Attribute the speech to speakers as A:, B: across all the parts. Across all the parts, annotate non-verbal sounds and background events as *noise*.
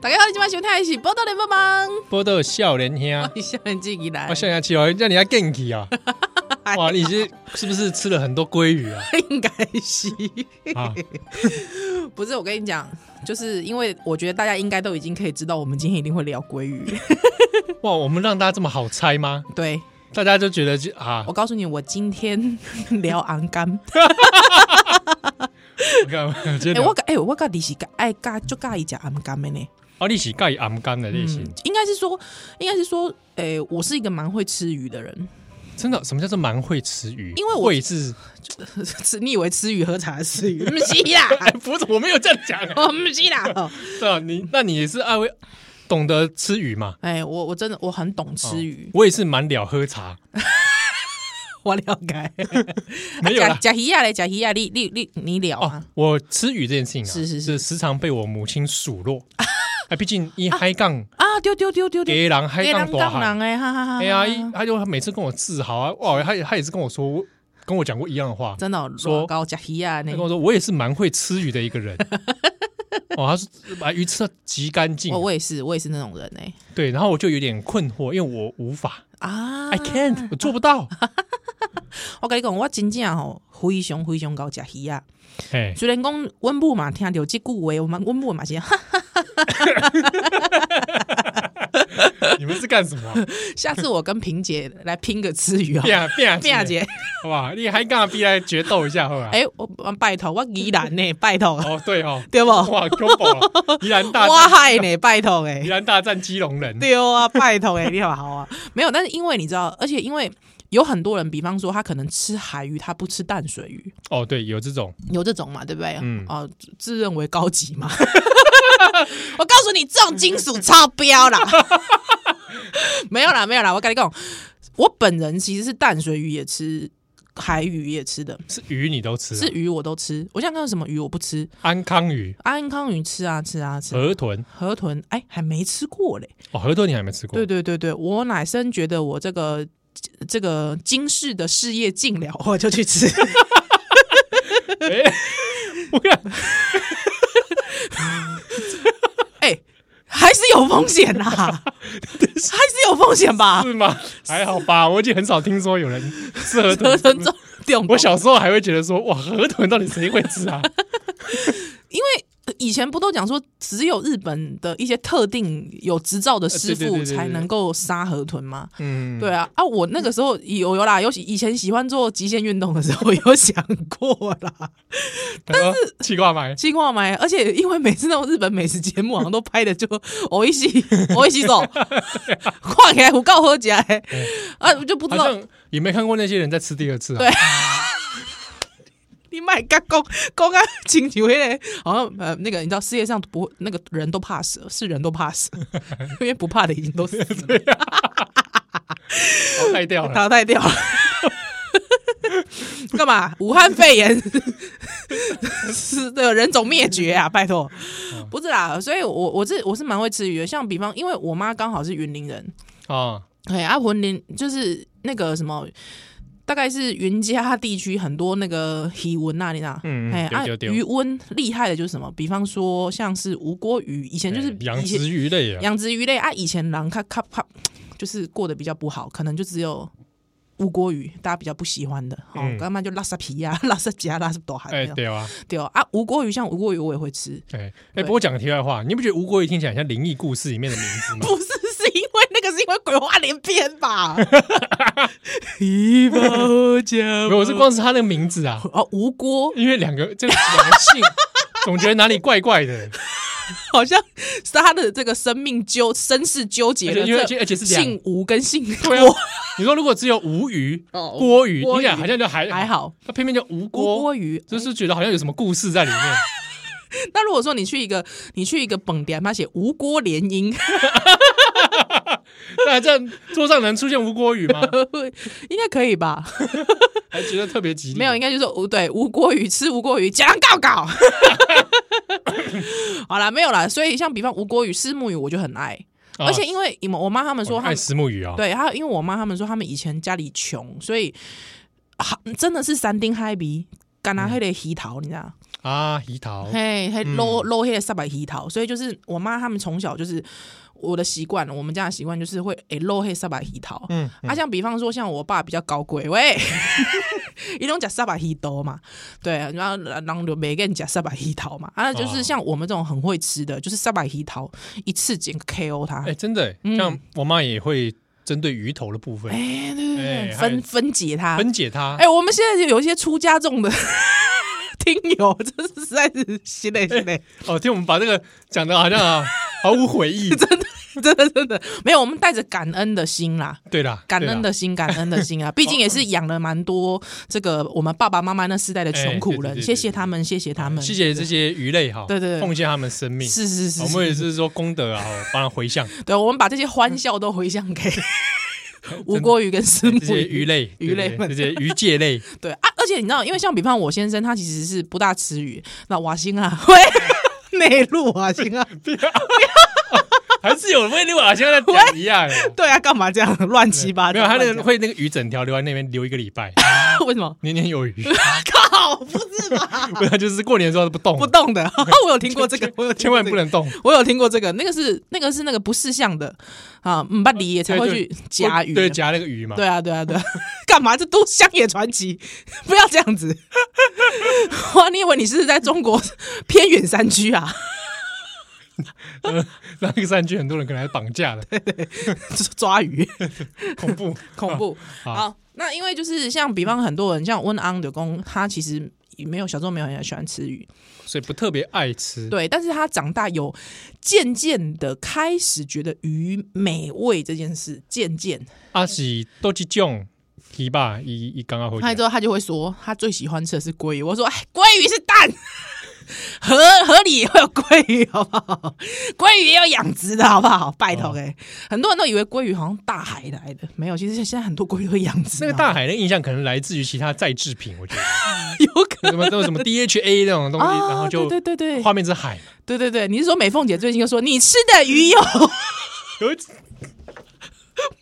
A: 大家好，今晚收听的是《报道联帮忙》，
B: 波豆笑脸兄，
A: 我是很自己来
B: 啊，，笑脸气啊哦，让你还 g
A: *laughs*
B: a 啊！
A: 哎
B: 哇，你是是不是吃了很多鲑鱼
A: *laughs*
B: 啊？
A: 应该是
B: 啊，
A: 不是？我跟你讲，就是因为我觉得大家应该都已经可以知道，我们今天一定会聊鲑鱼。
B: 哇，我们让大家这么好猜吗？
A: 对
B: 大家就觉得就啊
A: 我，告诉你，我今天 *laughs* 聊昂干，
B: 我看 *laughs* 我觉
A: 哎、
B: 得
A: 我哎、我到底是爱咖就咖一家昂干的呢？嗯
B: 哦，你是盖暗干的类型，
A: 应该是说，应该是说，哎、我是一个蛮会吃鱼的人。 *laughs*
B: 真的？什么叫做蛮会吃鱼？
A: 因为我
B: 会是
A: 吃你以为吃鱼喝茶吃鱼？ *laughs* 不是啦，
B: 哎，不是我没有这样讲啊，
A: 我不是啦。
B: 对啊，你那你也是爱会懂得吃鱼嘛？
A: 哎、我我真的我很懂吃鱼，
B: 我也是蛮了喝
A: 啊
B: 茶，
A: 我了解。
B: 没有
A: 假
B: 啦。
A: 假啊鱼亚嘞，假鱼亚，你你你你聊
B: 哦
A: 啊？，
B: 我吃鱼这件事情啊，
A: 是是是
B: 时常被我母亲数落。
A: *laughs*
B: 哎，毕竟一嗨杠
A: 啊，丢丢丢丢丢，
B: 哦给狼嗨杠多
A: 当
B: 喊，
A: 然哎，哈哈哈！
B: 哎呀，一他就每次跟我自豪啊，哇，他也他也是跟我说，跟我讲过一样的话，
A: 真的哦
B: 说
A: 老高假鱼啊，
B: 他
A: 那
B: 跟我说我也是蛮会吃鱼的一个人。哦，他是把鱼吃的极干净
A: 我，我也是，我也是那种人哎
B: 对，然后我就有点困惑，因为我无法
A: 啊
B: ，I can't，我做不到。 *laughs*
A: 我跟你讲，我真正吼非常非常高假鱼啊。
B: 哎，
A: 虽然讲温母嘛，听到这句话，我们温母嘛是 *laughs* 哈，
B: 你们是干什么啊？
A: 下次我跟萍姐来拼个吃
B: *laughs*
A: 鱼啊，
B: 变啊变
A: 萍
B: 啊
A: 姐，
B: 好不好？你还跟逼来决斗一下，好吧？
A: 哎，我拜托我宜兰
B: *laughs*
A: 呢，拜托，
B: 哦，对哦，
A: 对不？我
B: 哇，combo，宜兰大战
A: 海呢，拜托哎
B: 宜。兰大战基隆
A: *laughs*
B: 人，
A: 对啊，拜托哎、欸，你好好啊。 *laughs* 没有，但是因为你知道，而且因为有很多人，比方说他可能吃海鱼，他不吃淡水鱼，
B: 哦，对，有这种，
A: 有这种嘛，对不对？嗯
B: 嗯，
A: 哦、自认为高级嘛。 *laughs* 我告诉你，这种金属超标啦。 *laughs* 没有啦，没有啦，我跟你讲，我本人其实是淡水鱼也吃，海鱼也吃的，
B: 是鱼你都吃啊，
A: 是鱼我都吃。我想看到什么鱼我不吃，
B: 安康鱼、
A: 安康鱼吃啊吃啊吃啊，
B: 河豚，
A: 河豚哎还没吃过嘞。
B: 哦，河豚你还没吃过？
A: 对对对对，我乃生觉得我这个这个今世的事业尽了， *laughs* 我就去
B: *laughs*
A: 吃。
B: 对，我看
A: 哎、还是有风险
B: *laughs*
A: 啦、还是有风险吧？
B: 是吗？还好吧，我已经很少听说有人吃河
A: 河
B: 豚。
A: 豚中 *laughs* 中毒
B: 我小时候还会觉得说，哇，河豚到底谁会吃
A: *laughs*
B: 啊？
A: 以前不都讲说，只有日本的一些特定有执照的师
B: 呃对对
A: 傅
B: 对对对
A: 才能够杀河豚吗？
B: 嗯，
A: 对啊，啊，我那个时候有有啦，有喜以前喜欢做极限运动的时候 *laughs* 有想过啦，
B: 但是奇怪吗？
A: 计划买，而且因为每次那种日本美食节目好像都拍的就我一
B: *laughs*
A: 起我一起走， *laughs* 跨起来我告喝起来，啊，我就不知
B: 哎好
A: 道
B: 像也没看过那些人在吃第二次啊。
A: 对你买个公公安啊请求那个，好像呃那个你知道世界上不那个人都怕蛇，是人都怕蛇，
B: *laughs*
A: 因为不怕的已经都死了
B: 淘汰哦
A: *laughs*
B: 掉了。
A: 淘汰掉了。干嘛？武汉肺炎是的人种灭绝啊！拜托，
B: 嗯
A: 不是啦，所以我我是我是蛮会吃鱼的。像比方，因为我妈刚好是云林人，
B: 啊，
A: 哎，啊，云林就是那个什么，大概是云嘉地区很多那个鱼温啊，你知道？
B: 嗯嗯
A: 哎，啊，
B: 对对对
A: 鱼温厉害的就是什么？比方说像是吴锅鱼，以前就是
B: 哎养
A: 以前
B: 殖鱼类啊，
A: 养殖鱼类啊，以前狼咔咔咔，就是过得比较不好，可能就只有乌锅鱼，大家比较不喜欢的。哦，
B: 嗯
A: 干嘛就拉萨皮啊呀、拉萨夹、拉萨多海
B: 哎，对啊，
A: 对哦啊，无锅鱼像无锅鱼我也会吃，
B: 哎哎，不过讲个题外话，你不觉得吴国鱼听起来很像灵异故事里面的名 *laughs*
A: *laughs*
B: 字吗？
A: 不是是因为那个是因为鬼话连篇 *laughs* 吧？一包夹，
B: 没有，我是光是他那个名字
A: *laughs*
B: 啊，
A: 哦无锅
B: 因为两个这两个姓，总觉得哪里怪
A: *laughs*
B: 怪的，
A: 好像是他的这个生命纠身世纠结了
B: 而且因为而
A: 这
B: 且而且是两
A: 姓吴跟姓
B: 对
A: 郭
B: 啊，你说如果只有吴鱼、 *laughs*
A: 哦
B: 郭鱼，
A: 郭
B: 你
A: 鱼
B: 俩好像就还
A: 还，好。
B: 他偏偏叫吴
A: 无锅
B: 郭，
A: 鱼，
B: 就是觉得好像有什么故事在里面。
A: 那如果说你去一个你去一个本店，他写无锅联姻， *laughs*
B: 那这样桌上能出现吴郭鱼吗？
A: 应该可以吧？
B: 还觉得特别吉利。
A: 没有，应该就是无对无锅鱼吃无锅鱼，讲告告。 *laughs* 好啦，没有啦。所以像比方无锅鱼、虱目鱼，我就很爱。
B: 啊，
A: 而且因为你们我妈他们说
B: 我
A: 他
B: 爱
A: 们
B: 石目鱼啊，
A: 对，还有因为我妈他们说他们以前家里
B: 嗯
A: 穷，所以、啊、真的是三丁嗨鼻，干拿黑的鱼头，你知道？
B: 啊，鱼头，
A: 嘿，还
B: 嗯
A: 搂搂黑三百鱼头，所以就是我妈他们从小就是我的习惯，我们家的习惯就是会诶搂黑三百鱼头。
B: 嗯，
A: 啊，像比方说像我爸比较高贵，
B: *laughs*
A: 喂，一种讲三百鱼头嘛，对，啊然后然后就每个人讲三百鱼头嘛，啊，
B: 哦
A: 就是像我们这种很会吃的，就是三百鱼头一次整个 KO 他，
B: 哎，真的耶，像我妈也会针对鱼头的部分
A: 嗯哎，对对对，
B: 哎还
A: 分分解他，
B: 分解它
A: 哎、。我们现在就有一些出家众的 *laughs* 听友，真是实在是心累心累，
B: 哦，听我们把这个讲的好像啊毫无悔意。
A: *laughs* 真的真的没有，我们带着感恩的心啦，
B: 对啊啦，
A: 感
B: 对啦
A: 恩的心，感恩的心
B: *laughs*
A: 啊，毕竟也是养了蛮多这个我们爸爸妈妈那世代的穷苦
B: 哎对对
A: 人，
B: 对
A: 谢谢他们，谢谢他们，
B: 谢谢这些鱼类哈，
A: 对对对
B: 奉献他们生命。哦
A: 是是
B: 我
A: 是
B: 们也
A: 是，
B: 是说功德啊，哦帮他回向
A: 对，我们把这些欢笑都回
B: *laughs*
A: 向给吴郭鱼跟石
B: 这
A: 母
B: 些
A: 鱼
B: 鱼类、
A: 鱼类
B: 对对
A: 们
B: 对这些鱼界类。
A: 对啊，而且你知道，因为像比方我先生他其实是不大吃鱼，那瓦辛
B: *laughs*
A: 啊，喂，内陆瓦辛啊，
B: 还是有为六啊，现在在讲一样，
A: 对啊，干嘛这样乱七八糟？
B: 没有他那
A: 啊乱
B: 个
A: 讲
B: 会那个鱼整条留在那边留一个礼拜，
A: *laughs* 为什
B: *laughs*
A: 么？
B: 年年有余，
A: 靠，不是吧？
B: 不然就是过年的时候不动
A: 不，动
B: *laughs*
A: 的，哦我有听过这个，我有听
B: 千
A: 过
B: 万
A: 这
B: 不
A: 个。
B: 能动。
A: 我有听过这个，那个是那个是那个不识相的啊，姆巴里也才会去夹鱼，
B: 对，夹那个鱼嘛。
A: 对啊，对啊，对啊， *laughs* 干嘛？这都乡野传奇， *laughs* 不要这样子！ *laughs* 哇，你以为你是在中国 *laughs* 偏远山区啊？ *laughs*
B: 那个山区很多人可能还绑架的，
A: 抓
B: *laughs*
A: 鱼，*laughs*
B: 恐怖。
A: 恐怖。好，那因为就是像比方很多人像温安的公，他其实没有小时候没有很喜欢吃鱼，
B: 所以不特别爱吃。
A: 对，但是他长大有渐渐的开始觉得鱼美味这件事，渐渐，
B: 阿喜啊都去种鱼吧，一一刚刚回
A: 他
B: 去
A: 之后他就会说，他最喜欢吃的是鲑鱼。我说，哎，鲑鱼是蛋，河河里也会有鲑鱼，好不好？鲑鱼也有养殖的，好不好？拜托、
B: 哦
A: 哎、很多人都以为鲑鱼好像大海来的，没有，其实现在很多鲑鱼都养殖
B: 那
A: 的。
B: 个大海的印象可能来自于其他再制品，我觉得
A: 有可
B: 什么都有什么 DHA 那种东西，然后
A: 啊，
B: 就
A: 对对对对
B: 画面是海嘛，
A: 对对对，你是说美凤姐最近又说你吃的鱼有？ *laughs*
B: 有一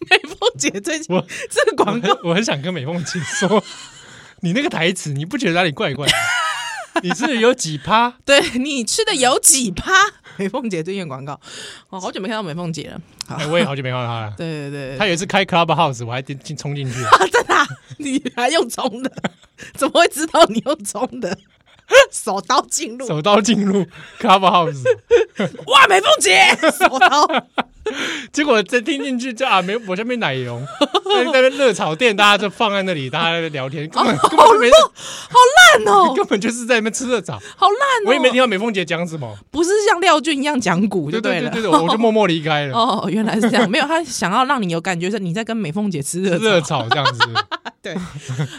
A: 美凤姐最近
B: 我
A: 这个广告
B: *laughs* 我很想跟美凤姐
A: *laughs*
B: 说，你那个台词，你不觉得哪里怪怪的？你是有几趴？
A: 对你吃的有几
B: 嗯
A: 趴？ *laughs* 美凤姐最近的广告，哦，好久没看到美凤姐了。好，
B: 哎，我也好久没看到他了。
A: 对对对，
B: 他有一次开 Clubhouse，我还进进冲
A: *laughs*
B: 进去，
A: 啊，真的啊、你还用冲的？ *laughs* 怎么会知道你用冲的？ *laughs* 手刀进入，
B: 手刀进入 Clubhouse，
A: 哇，美凤
B: *laughs*
A: 姐，手刀，
B: 结果再听进去就啊，没我这边
A: *laughs*
B: 奶油，在那边热炒店，大家就放在那里，大家在那边
A: *laughs*
B: 聊天，根本根本就没，
A: 哦好烂哦，
B: 根本就是在那边吃
A: *laughs*
B: 热炒。
A: 好烂哦，
B: 我也没听到美凤姐讲什么，
A: 不是像廖俊一样讲古就
B: 对对
A: 了，
B: 对对，我就默默离开了，
A: 哦，原来是这样，没有他想要让你有感觉是你在跟美凤姐吃热
B: 热炒这样
A: *laughs*
B: 子，
A: 对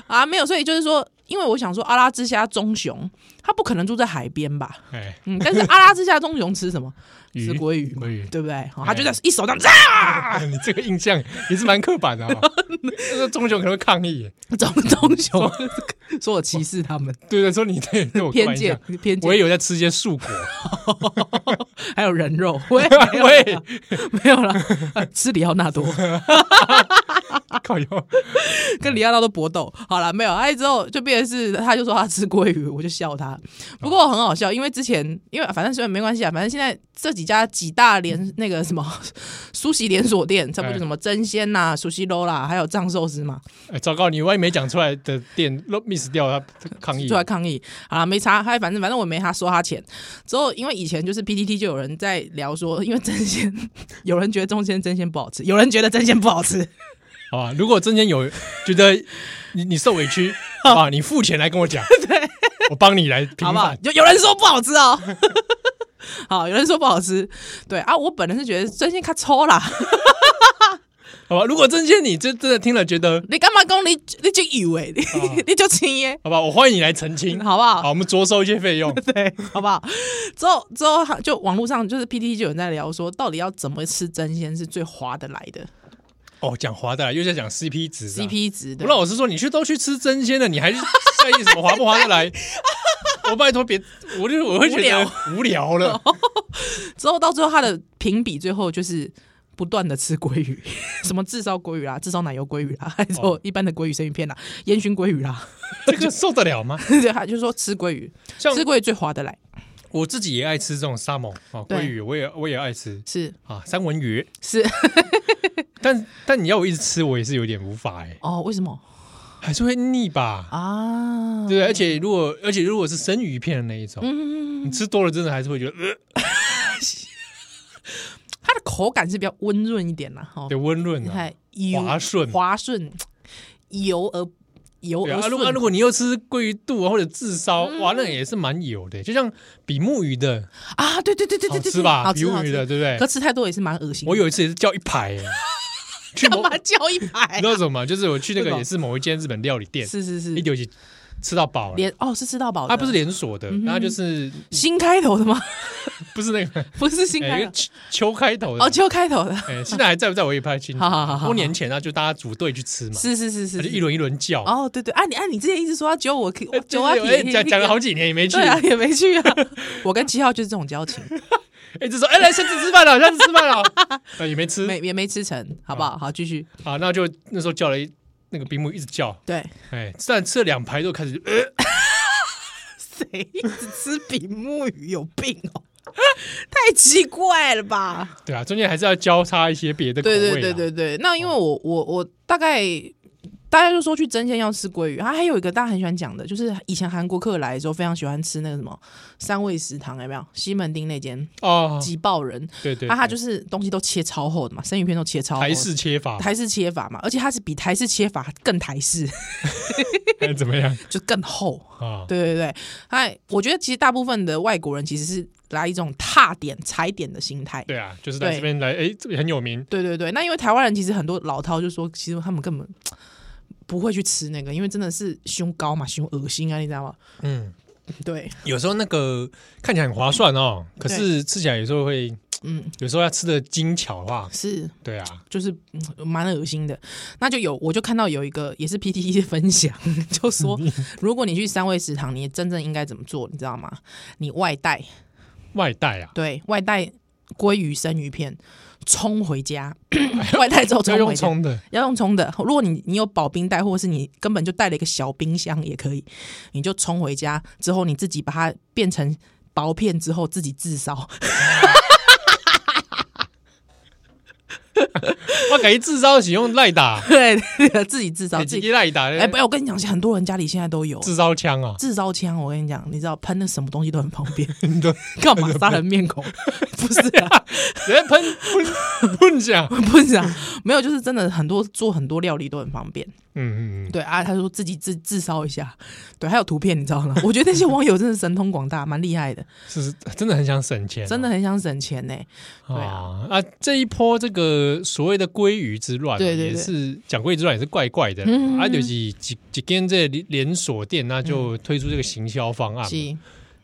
A: 啊，没有，所以就是说，因为我想说阿拉之虾棕熊，它不可能住在海边吧？
B: 哎，
A: 嗯，但是阿拉之虾棕熊吃什么？
B: 鱼
A: 吃鲑鱼嘛
B: 鲑鱼，
A: 对不对？好，它就在
B: 哎
A: 一手这样啊，
B: *laughs* 你这个印象也是蛮刻板
A: *laughs*
B: 的，哦。那中雄可能会抗议耶。
A: 棕
B: *laughs*
A: 棕熊，说我歧视他们，
B: 对对，说你对对我刻
A: 偏
B: 板印
A: 见
B: 象，
A: 偏
B: 我也
A: 见，
B: 有在吃一些素果， *laughs*
A: 还有人肉，喂
B: 喂，
A: *laughs* 没有啦，呃吃里奥纳多，
B: 靠哟，
A: 跟里奥纳多搏斗，好了，没有，哎，之后就变成是，他就说他吃鲑鱼，我就笑他，不过很好笑，因为之前因为反正虽然没关系啊，反正现在这几家几大连那个什么 *laughs* 苏西连锁店，差不多就什么真鲜呐、苏西楼啦，还有藏寿司嘛，
B: 哎，糟糕，你万一没讲出来的店都 miss 掉，他抗议
A: 出，来抗议。好啦，没差，还反正反正我没他收他钱。之后因为以前就是 PTT 就有人在聊说，因为真鲜，有人觉得中间真鲜不好吃，有人觉得真鲜不好吃，
B: 好吧？如果真间有觉得你你受
A: *laughs*
B: 委屈啊，你付钱来跟我讲，我帮你来 *laughs* 平
A: 好不好
B: 反？。
A: 有有人说不好吃哦。 *laughs* 好，有人说不好吃，对啊，我本来是觉得真鲜卡抽啦， *laughs*
B: 好吧，如果真间你真真的听了觉得，
A: 你干嘛讲你你就以为你、
B: 哦
A: 你就轻耶，
B: 好吧，我欢迎你来澄清，
A: 好不好？
B: 好，我们着收一些费用，
A: 对，好不好？之后之后就网络上就是 PTT 就有人在聊说，到底要怎么吃真鲜是最划得来的
B: 哦，讲划得来，又在讲 CP 值啊
A: ，CP 值
B: 不
A: 的。
B: 老师说，你去都去吃真鲜的，你还是在意什么划不划得来？我拜托别，我
A: 哦
B: 就我会觉得无聊了。
A: 之后到最后，他的评比最后就是不断的吃鲑鱼， *laughs* 什么炙烧鲑鱼啦、炙烧奶油鲑鱼啦，还有
B: 哦
A: 一般的鲑鱼生鱼片啦、烟熏鲑鱼啦，
B: *laughs*
A: *laughs*
B: 这个受得了吗？
A: 对，他就说吃鲑鱼，
B: 像
A: 吃鲑鱼最划得来，
B: 我自己也爱吃这种沙猛啊，
A: 对
B: 鲑鱼我也我也爱吃
A: 是
B: 啊，三文鱼。
A: 是
B: 但但你要我一直吃，我也是有点无法哎、
A: 哦，为什么
B: 还是会腻吧？
A: 啊？
B: 对，而且如果而且如果是生鱼片的那一种，
A: 嗯，
B: 你吃多了真的还是会觉得呃，
A: 它的口感是比较温润一点啦，哦
B: 对，，温润
A: 你
B: 啊，
A: 看油
B: 滑顺
A: 滑顺，油而油
B: 对
A: 而
B: 啊。
A: 顺
B: 如果、啊、如果你又吃鲑鱼肚啊或者炙烧，哇，
A: 嗯
B: 那也是蛮油的，就像比目鱼的
A: 啊，对 *laughs* 对对对
B: 好
A: 对对，
B: 吃吧，
A: 好
B: 比
A: 吃
B: 目
A: 好
B: 鱼
A: 吃
B: 的，对不对
A: 可？吃太多也是蛮恶心的。
B: 我有一次也是叫一排欸，去
A: *laughs* 干
B: 某
A: 嘛叫一
B: 你
A: 排
B: 知？道什么吗？就是我去那
A: 为
B: 个
A: 什么
B: 也是某一间日本料理店，
A: 是是
B: 一
A: 是，
B: 丢起吃到饱了，
A: 连哦是吃到饱的，嗯
B: 它不是连锁的，然后就是
A: 新开头的吗？ *laughs*
B: 不是那个
A: 不是新
B: 哎一
A: 开
B: 个
A: 头，
B: 秋秋开头的
A: 哦，，就开头的，
B: 哎，现在还在不在我也不太清楚。
A: 好好好好
B: 多年前啊，就大家组队去吃嘛，
A: 是是是是，
B: 就是一轮一轮叫。
A: 哦，对对，啊你啊你之前一直说要揪我，可以
B: 哎
A: 揪阿
B: 对对对哎
A: 皮，
B: 讲讲了好几年也没去。
A: 对啊
B: 哎，
A: 也没去啊。
B: *laughs*
A: 我跟七号就是这种交情，
B: 就说哎，来下次
A: *laughs*
B: 吃饭了，下次吃饭了，哎也没吃。
A: 没也没吃
B: *laughs*
A: 成，好不好？好继续，
B: 啊，那就那时候叫了一那个冰木一直叫，
A: 对，
B: 哎，但吃了两排都开始呃
A: 谁一直吃比目鱼有病哦？ *laughs* 太奇怪了吧！
B: 对啊，中间还是要交叉一些别的口味
A: 对
B: 啊。哦
A: 对对对对，那因为我我我大概大家就说去真鲜要吃鲑鱼，它还有一个大家很喜欢讲的，就是以前韩国客来的时候非常喜欢吃那个什么三味食堂，有没有？西门町那间
B: 哦，
A: 挤爆人，
B: 对对，
A: 啊，它
B: 对
A: 就是东西都切超厚的嘛，生鱼片都切超厚的
B: 台式啊切
A: *laughs*
B: 法
A: 台式切法嘛，而且它是比台式切法更台式，
B: 还是怎么样
A: 就更厚。
B: 啊？
A: 对对对，哎，我觉得其实大部分的外国人其实是来一种踏点踩点的心态。
B: 对啊，就是在
A: 对
B: 这边来，哎，这边很有名，
A: 对对对，那因为台湾人其实很多老饕就说，其实他们根本不会去吃那个，因为真的是胸高嘛，胸恶心啊，你知道吗？
B: 嗯，
A: 对，
B: 有时候那个看起来很划算哦，可是吃起来有时候会，
A: 嗯，
B: 有时候要吃的精巧的话，
A: 是
B: 对啊，
A: 就是嗯蛮恶心的。那就有我就看到有一个也是 PTT 的分享， *laughs* 就说如果你去三味食堂，你真正应该怎么做，你知道吗？你外带，
B: 外带啊，
A: 对外带鲑鱼生鱼片，冲回家， *coughs* 外带之后
B: 要
A: 冲
B: 用
A: 回家。
B: 葱的，
A: 要用冲的。如果你你有保冰袋，或者是你根本就带了一个小冰箱也可以，你就冲回家之后，你自己把它变成薄片之后自己自烧。 *laughs*
B: 我感觉至少喜用赖打，
A: *laughs* 对，自己自烧
B: 哎
A: 自
B: 自
A: 己。
B: 己赖打，
A: 哎、
B: 哎
A: 不，要！我跟你讲，很多人家里现在都有
B: 自烧枪 *laughs* 啊，哎
A: 自烧枪。我跟你讲，你知道喷的什么东西都很方
B: *laughs*
A: 便。 *laughs*
B: 你都
A: 干嘛杀人面孔？不是啊，
B: 直接喷喷喷下，
A: *laughs* 不是啊， *laughs* 没有，就是真的很多做很多料理都很方便。
B: 嗯嗯嗯，
A: 对啊，他说自己自自烧一下。对，还有图片，你知道吗？我觉得那些网友真的神通广大，蛮厉害
B: *laughs*
A: 的，
B: 是真的很想省钱啊，
A: 真的很想省钱呢、对
B: 啊啊！这一波这个所谓的鲑鱼之乱啊，
A: 对对对
B: 也是讲鲑鱼之乱也是怪怪的啦
A: 嗯嗯嗯
B: 啊，就是几几间这连连锁店那就推出这个行销方案嘛，
A: 是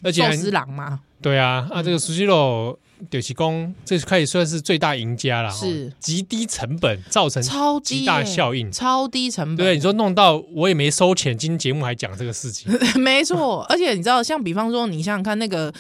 B: 而
A: 嗯
B: 且
A: 寿
B: 还
A: 司嗯郎嘛，
B: 对啊啊，这个熟悉肉就是公这可以算是最大赢家了，哦
A: 是
B: 极低成本造成
A: 超低
B: 极
A: 耶
B: 大效应。
A: 超低成
B: 对，
A: 本，
B: 你说弄到我也没收钱，今天节目还讲这个事情，
A: *laughs* 没错。而且你知道，像比方说，你想想看那个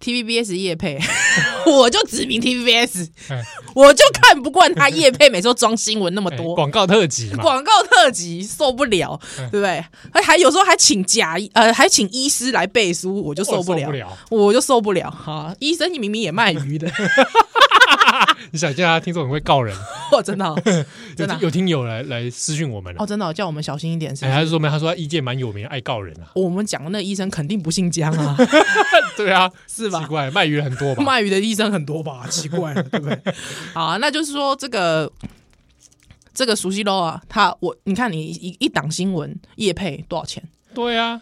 A: TVBS 叶配， *laughs* 我就指名 TVBS，
B: 哎
A: 我就看不惯他叶配每次都装新闻那么
B: 哎
A: 多。
B: 广告特辑
A: *laughs*
B: 嘛，哎
A: 广告特辑受不了，对不对？还还有时候还请假医，呃，还请医师来背书，我就受不
B: 我
A: 了，我就受不了哈。医生，你明明也卖
B: *laughs*
A: 鱼的，
B: 你想见他听众很会告人，
A: 哦，真的哦
B: 有
A: 真的啊
B: 有听友来来私讯我们了
A: 哦，。真的哦叫我们小心一点，是
B: 哎，
A: 不是
B: 他就说没有，他说他意见蛮有名，爱告人啊。
A: 我们讲的那个医生肯定不姓姜啊，
B: *laughs* 对啊，
A: 是吧
B: 奇？怪，卖鱼很多吧？
A: 卖鱼的医生很多
B: *laughs*
A: 吧？奇怪了，对不对？好啊、那就是说这个这个熟悉喽啊，他我你看你一一档新闻业配多少钱？
B: 对啊，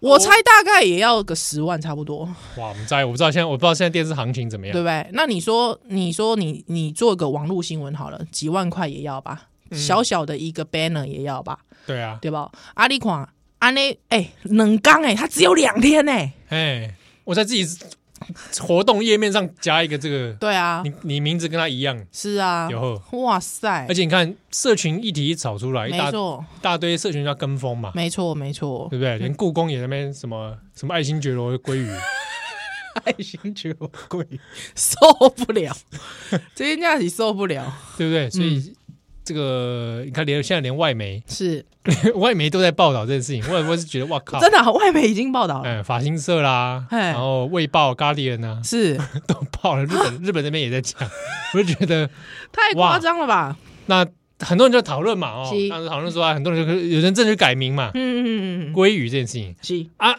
A: 我猜大概也要个十万差不多，
B: 哇，我们在我不知道现在我不知道现在电视行情怎么
A: 对
B: 样。
A: 不对？那你说，你说你你做个网络新闻好了，几万块也要吧？
B: 嗯
A: 小小的一个 banner 也要吧，
B: 对啊，
A: 对吧？阿里款安内哎，冷刚哎，他只有两天呢、
B: 哎，我在自己活动页面上加一个这个，
A: 对啊，
B: 你你名字跟他一样，
A: 是啊，
B: 有后。
A: 哇塞
B: 而，且你看，社群议题一炒出来，一
A: 哎没
B: 大
A: 错，
B: 大堆社群要跟风嘛，
A: 没错，没错 *laughs*
B: 对，不对？连故宫也在那边什么什么爱新觉罗的鲑鱼，爱心觉得我贵，
A: 受不了，这件假期受不了，
B: 对不
A: 嗯
B: 对？所以这个你看，连现在连外媒 *laughs*
A: 是
B: 外媒都在报道这件事情，我我是觉得哇靠，
A: 真的啊、外媒已经报道了，
B: 嗯，法新社啦，
A: 哎
B: 然后卫报、Guardian 啊， *laughs*
A: 是
B: 都报了。
A: *laughs*
B: 日本日本那边也在讲， *laughs* 我就觉得
A: 太夸张了吧？
B: 那很多人就讨论嘛，哦
A: 是，
B: 当时讨论说啊，很多人就有人正去改名嘛，
A: 嗯嗯嗯嗯，
B: 鲑鱼这件事情
A: 是
B: 啊，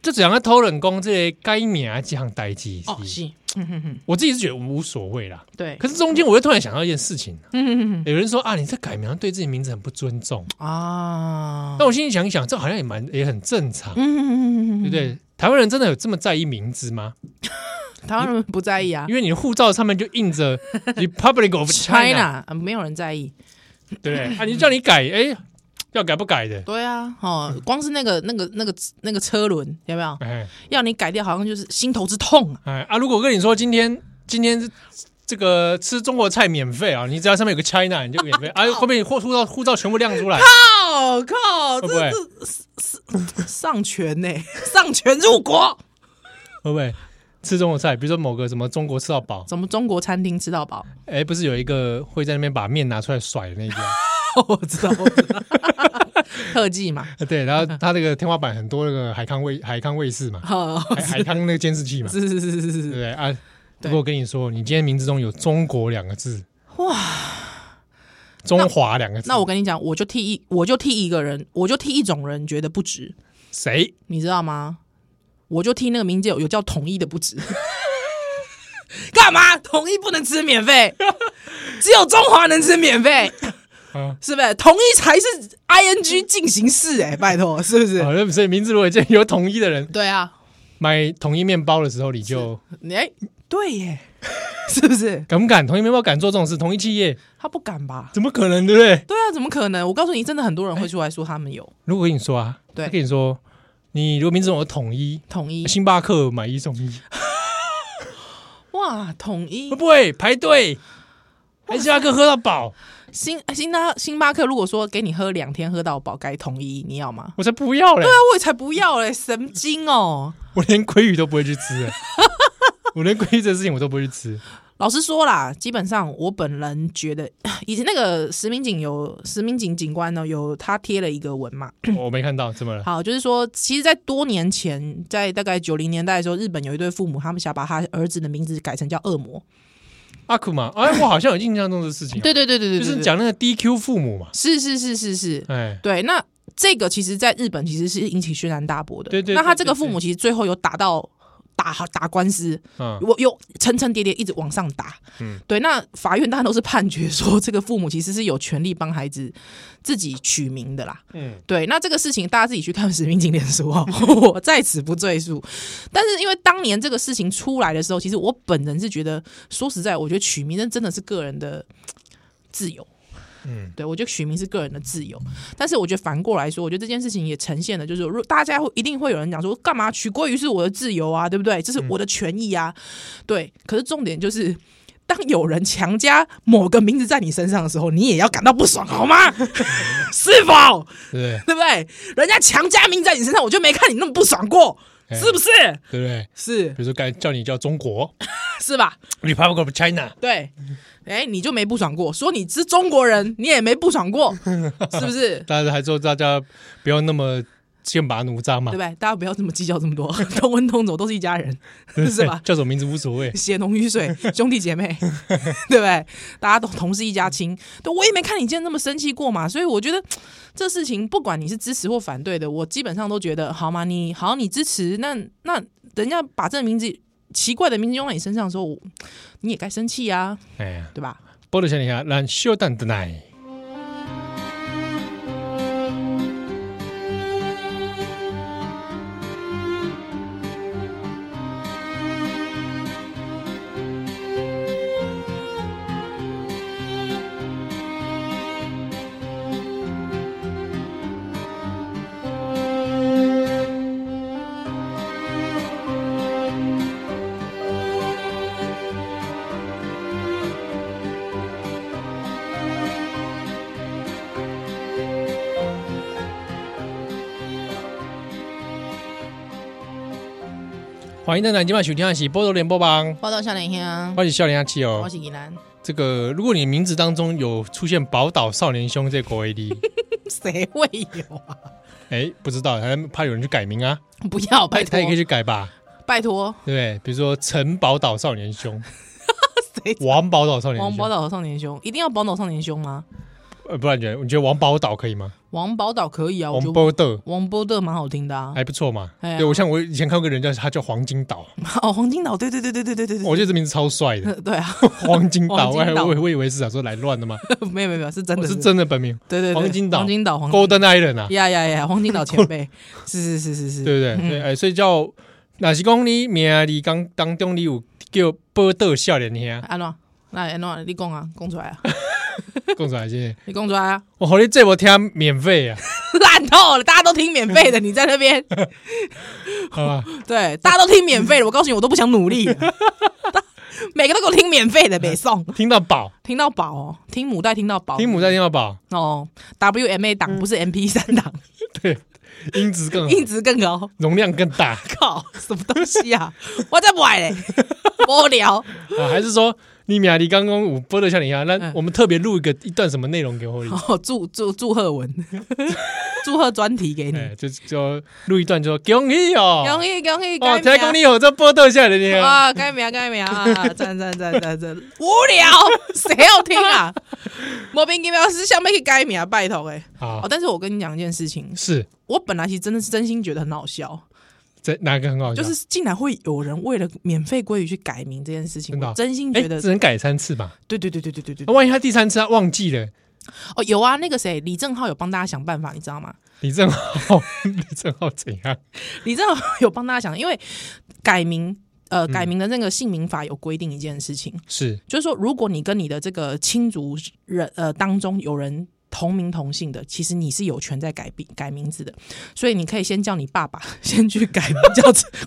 B: 就只要讨论讲这个改名啊这项代志。
A: 哦是，嗯嗯嗯，
B: 我自己是觉得无所谓啦，
A: 对，
B: 可是中间我又突然想到一件事情，
A: 嗯嗯嗯
B: 有人说啊，你这改名对自己名字很不尊重。
A: 嗯啊，
B: 那我心里想一想，这好像也蛮也很正常，
A: 嗯嗯嗯嗯嗯，
B: 对不
A: 嗯？
B: 对？台湾人真的有这么在意名字吗？
A: 台湾人不在意啊
B: 因为你的护照上面就印着 Republic of China，
A: ，China 啊没有人在意，
B: 对不对？
A: 嗯
B: 啊，你叫你改，哎，要改不改的？
A: 对啊，哦，光是那个那个那个那个车轮有没有
B: 哎
A: 要你改掉，好像就是心头之痛啊，
B: 哎啊！如果我跟你说今天今天这这个吃中国菜免费啊，你只要上面有个 China 你就免费，
A: *laughs*
B: 啊，后面护护照护照全部亮出来，
A: 哦靠，这
B: 会不会
A: 这是上权呢，上权入国，
B: 会不会？吃中国菜，比如说某个什么中国吃到饱，
A: 怎么中国餐厅吃到饱？
B: 哎，不是有一个会在那边把面拿出来甩
A: *laughs*
B: 的那个？
A: 我知道，我知道，特技嘛，
B: 啊对，然后它那个天花板很多那个海康卫海康卫视嘛，
A: 哦，
B: 海海康那个监视器嘛，
A: *laughs* 是是是是
B: 对不
A: 是，
B: 对啊？
A: 对
B: 如果跟你说，你今天名字中有“中国”两个字，哇，中华两个字，
A: 那我跟你讲，我就替一，我就替一个人，我就替一种人觉得不值，
B: 谁？
A: 你知道吗？我就替那个名字有有叫统一的不值，干嘛？统一不能吃免费，只有中华能吃免费，
B: 啊
A: 是不是？统一才是 I N G 进行式、哎，拜托，是不是？
B: 好，啊那所以名字如果见有统一的人
A: 对啊，
B: 买统一面包的时候，你就
A: 你、哎对耶，是不是？
B: 敢不敢？统一面包敢做这种事？统一企业
A: 他不敢吧？
B: 怎么可能？对不对？
A: 对啊，怎么可能？我告诉你，真的很多人会出来说他们有
B: 如果跟你说啊，
A: 对
B: 他跟你说，你如果名字中有统一，
A: 统一
B: 星巴克买一送一，
A: 哇，统一
B: 会不会排队？还星巴克喝到饱？
A: 星星巴星巴克，如果说给你喝两天喝到饱，该统一，你要吗？
B: 我才不要嘞！
A: 那我也才不要嘞，神经哦！
B: 我连鲑鱼都不会去吃
A: *laughs*
B: 欸，我连鲑鱼这事情我都不会去吃。
A: 老实说啦，基本上我本人觉得，以前那个石明警有石明警警官呢，哦有他贴了一个文嘛，
B: 哦我没看到，怎么了？
A: 好，就是说，其实，在多年前，在大概九零年代的时候，日本有一对父母，他们想把他儿子的名字改成叫恶魔。
B: 阿库嘛，哎，我好像有印象中的事情啊，
A: 对对对对对，
B: 就
A: 对
B: 是
A: 对
B: 讲那个 DQ 父母嘛，
A: 是是是是是，
B: 哎，
A: 对，那这个其实在日本其实是引起轩然大波的。
B: 对对对
A: 那他这个
B: 对对
A: 父母其实最后有打到打打官司，
B: 嗯，
A: 我有层层叠叠一直往上打。
B: 嗯
A: 嗯，对，那法院当然都是判决说这个父母其实是有权利帮孩子自己取名的啦。
B: 嗯，
A: 对，那这个事情大家自己去看《史明景脸书》哦， *laughs* 我在此不赘述。但是因为当年这个事情出来的时候，其实我本人是觉得，说实在，我觉得取名那真的是个人的自由。
B: 嗯，
A: 对我觉得取名是个人的自由，但是我觉得反过来说，我觉得这件事情也呈现了，就是如大家会一定会有人讲说，干嘛取归于是我的自由啊，对不对？这是我的权益啊，对。可是重点就是。当有人强加某个名字在你身上的时候，你也要感到不爽，好吗？ *laughs* 是否？
B: 对不对？
A: 对不对？人家强加名在你身上，我就没看你那么不爽过，
B: 哎
A: 是不是？
B: 对不对？
A: 是
B: 比如说该叫你叫中
A: *laughs*
B: 国
A: 是吧？
B: Republic of China，
A: 对，哎，你就没不爽过，说你是中国人，你也没不爽过，是不是？
B: 但是还说大家不要那么剑拔弩张嘛
A: 对不，对？大家不要这么计较这么多， *laughs* 同文同种都是一家人，
B: *laughs* 对不对
A: 是吧？
B: 叫什么名字无所
A: *laughs*
B: 谓，
A: 血浓于水，兄弟姐
B: *laughs*
A: 妹，对不对？大家都同是一家亲。对，我也没看你今天那么生气过嘛，所以我觉得这事情不管你是支持或反对的，我基本上都觉得，好嘛，你好，你支持，那那人家把这个名字奇怪的名字用在你身上的时候，我你也该生气啊，
B: 哎呀，
A: 对吧？
B: 波多小林下，让休蛋的奶。
C: 「
B: 欢迎登台今晚收听的是《波多联播帮》，
A: 报道笑脸兄，
B: 欢迎笑脸阿七
A: 我
B: 哦。
A: 是宜兰，
B: 这个，如果你名字当中有出现“宝岛少年兄”这
A: *laughs*
B: 个 AD，
A: *laughs* 谁会有啊？
B: 哎，不知道，还怕有人去改名啊？
A: 不要，拜
B: 他
A: 托
B: 也，可以去改吧，
A: 拜托，
B: 对不对？比如说陈宝岛少年兄
A: *laughs* 谁、
B: 王宝岛少年
A: 王宝
B: 兄，
A: 岛和少年兄一定要宝岛少年兄吗？
B: 呃，不然你觉得你觉得王宝岛可以吗？
A: 王宝岛可以啊，我
B: 王
A: 觉得
B: 宝岛
A: 王波的蛮好听的啊。
B: 还不错嘛。
A: 哎呀
B: 对我像我以前看过一个人叫他叫黄金岛，
A: *laughs* 哦，黄金岛，对对对对对对对
B: 我觉得这名字超帅
A: *laughs*
B: 的。
A: 对，对啊，
B: 黄金
A: 黄
B: 岛，我
A: 金岛
B: 我我以为是想说来乱的嘛，
A: 没有没有没有，是 *laughs* 真
B: 我
A: 的
B: 哦是，真的本名
A: 对对对，
B: 黄金岛
A: 黄金岛，黄金
B: Golden
A: *laughs*
B: Island 啊，
A: 呀呀呀，黄金岛前
B: *laughs*
A: 辈，是是是是是，
B: 对不对？对，哎，所以叫那是讲你名里刚当中你有叫波岛少年兄，
A: 安诺，那安诺，你讲啊，讲出来啊，
B: 讲出来先，
A: 你讲出来啊，
B: *laughs*
A: *laughs*
B: 我和你这波听免费啊，
A: 烂透了，大家都听免费的，你在那
B: *laughs*
A: 边，
B: 好吧？
A: 对，大家都听免费的，我告诉你，我都不想努力了， *laughs* 每个都给我听免费
B: 哎
A: 的，北送，
B: 听到宝，
A: 听到饱哦，听母带听到饱，
B: 听母嗯在听到宝，
A: 哦，WMA 档不是 MP 三档，
B: 对，音质更好，
A: *laughs* 音质更高，
B: 容量更大
A: *laughs*
B: 啊
A: 靠，什么东西啊， *laughs* 我在买嘞，无聊，，
B: 啊还是说你名里刚刚我波岛少年兄，那
A: 嗯
B: 我们特别录一个一段什么内容给我？
A: 哦，祝祝祝贺文， *laughs* 祝贺专题给你。
B: 哎，就就录一段，就说恭喜哦，
A: 恭喜恭喜！改
B: 哦，才
A: 名
B: 讲你有这波岛少年兄。
A: 啊，改名改名啊！赞赞赞赞赞！无聊， *laughs* 谁要听啊？莫名其妙是想被去改名，拜托哎、
B: 好
A: 哦，，但是我跟你讲一件事情，
B: 是
A: 我本来其实真的是真心觉得很好笑，
B: 哎这哪个很好笑？
A: 就是竟然会有人为了免费鲑鱼去改名这件事情，
B: 真的啊
A: 我真心
B: 哎、
A: 觉得，
B: 只能改三次吧？
A: 对对对对对对对
B: 那
A: 对。
B: 万一他第三次他忘记了，
A: 哦，有啊，那个谁，李正浩有帮大家想办法，你知道吗？
B: 李正浩， *laughs* 李正浩怎样？
A: 李正浩有帮大家想，因为改名，呃，改名的那个姓名法有规定一件事情，
B: 是
A: 就是说，如果你跟你的这个亲族人呃当中有人同名同姓的，其实你是有权在改名改名字的，所以你可以先叫你爸 *laughs* 爸先去改名叫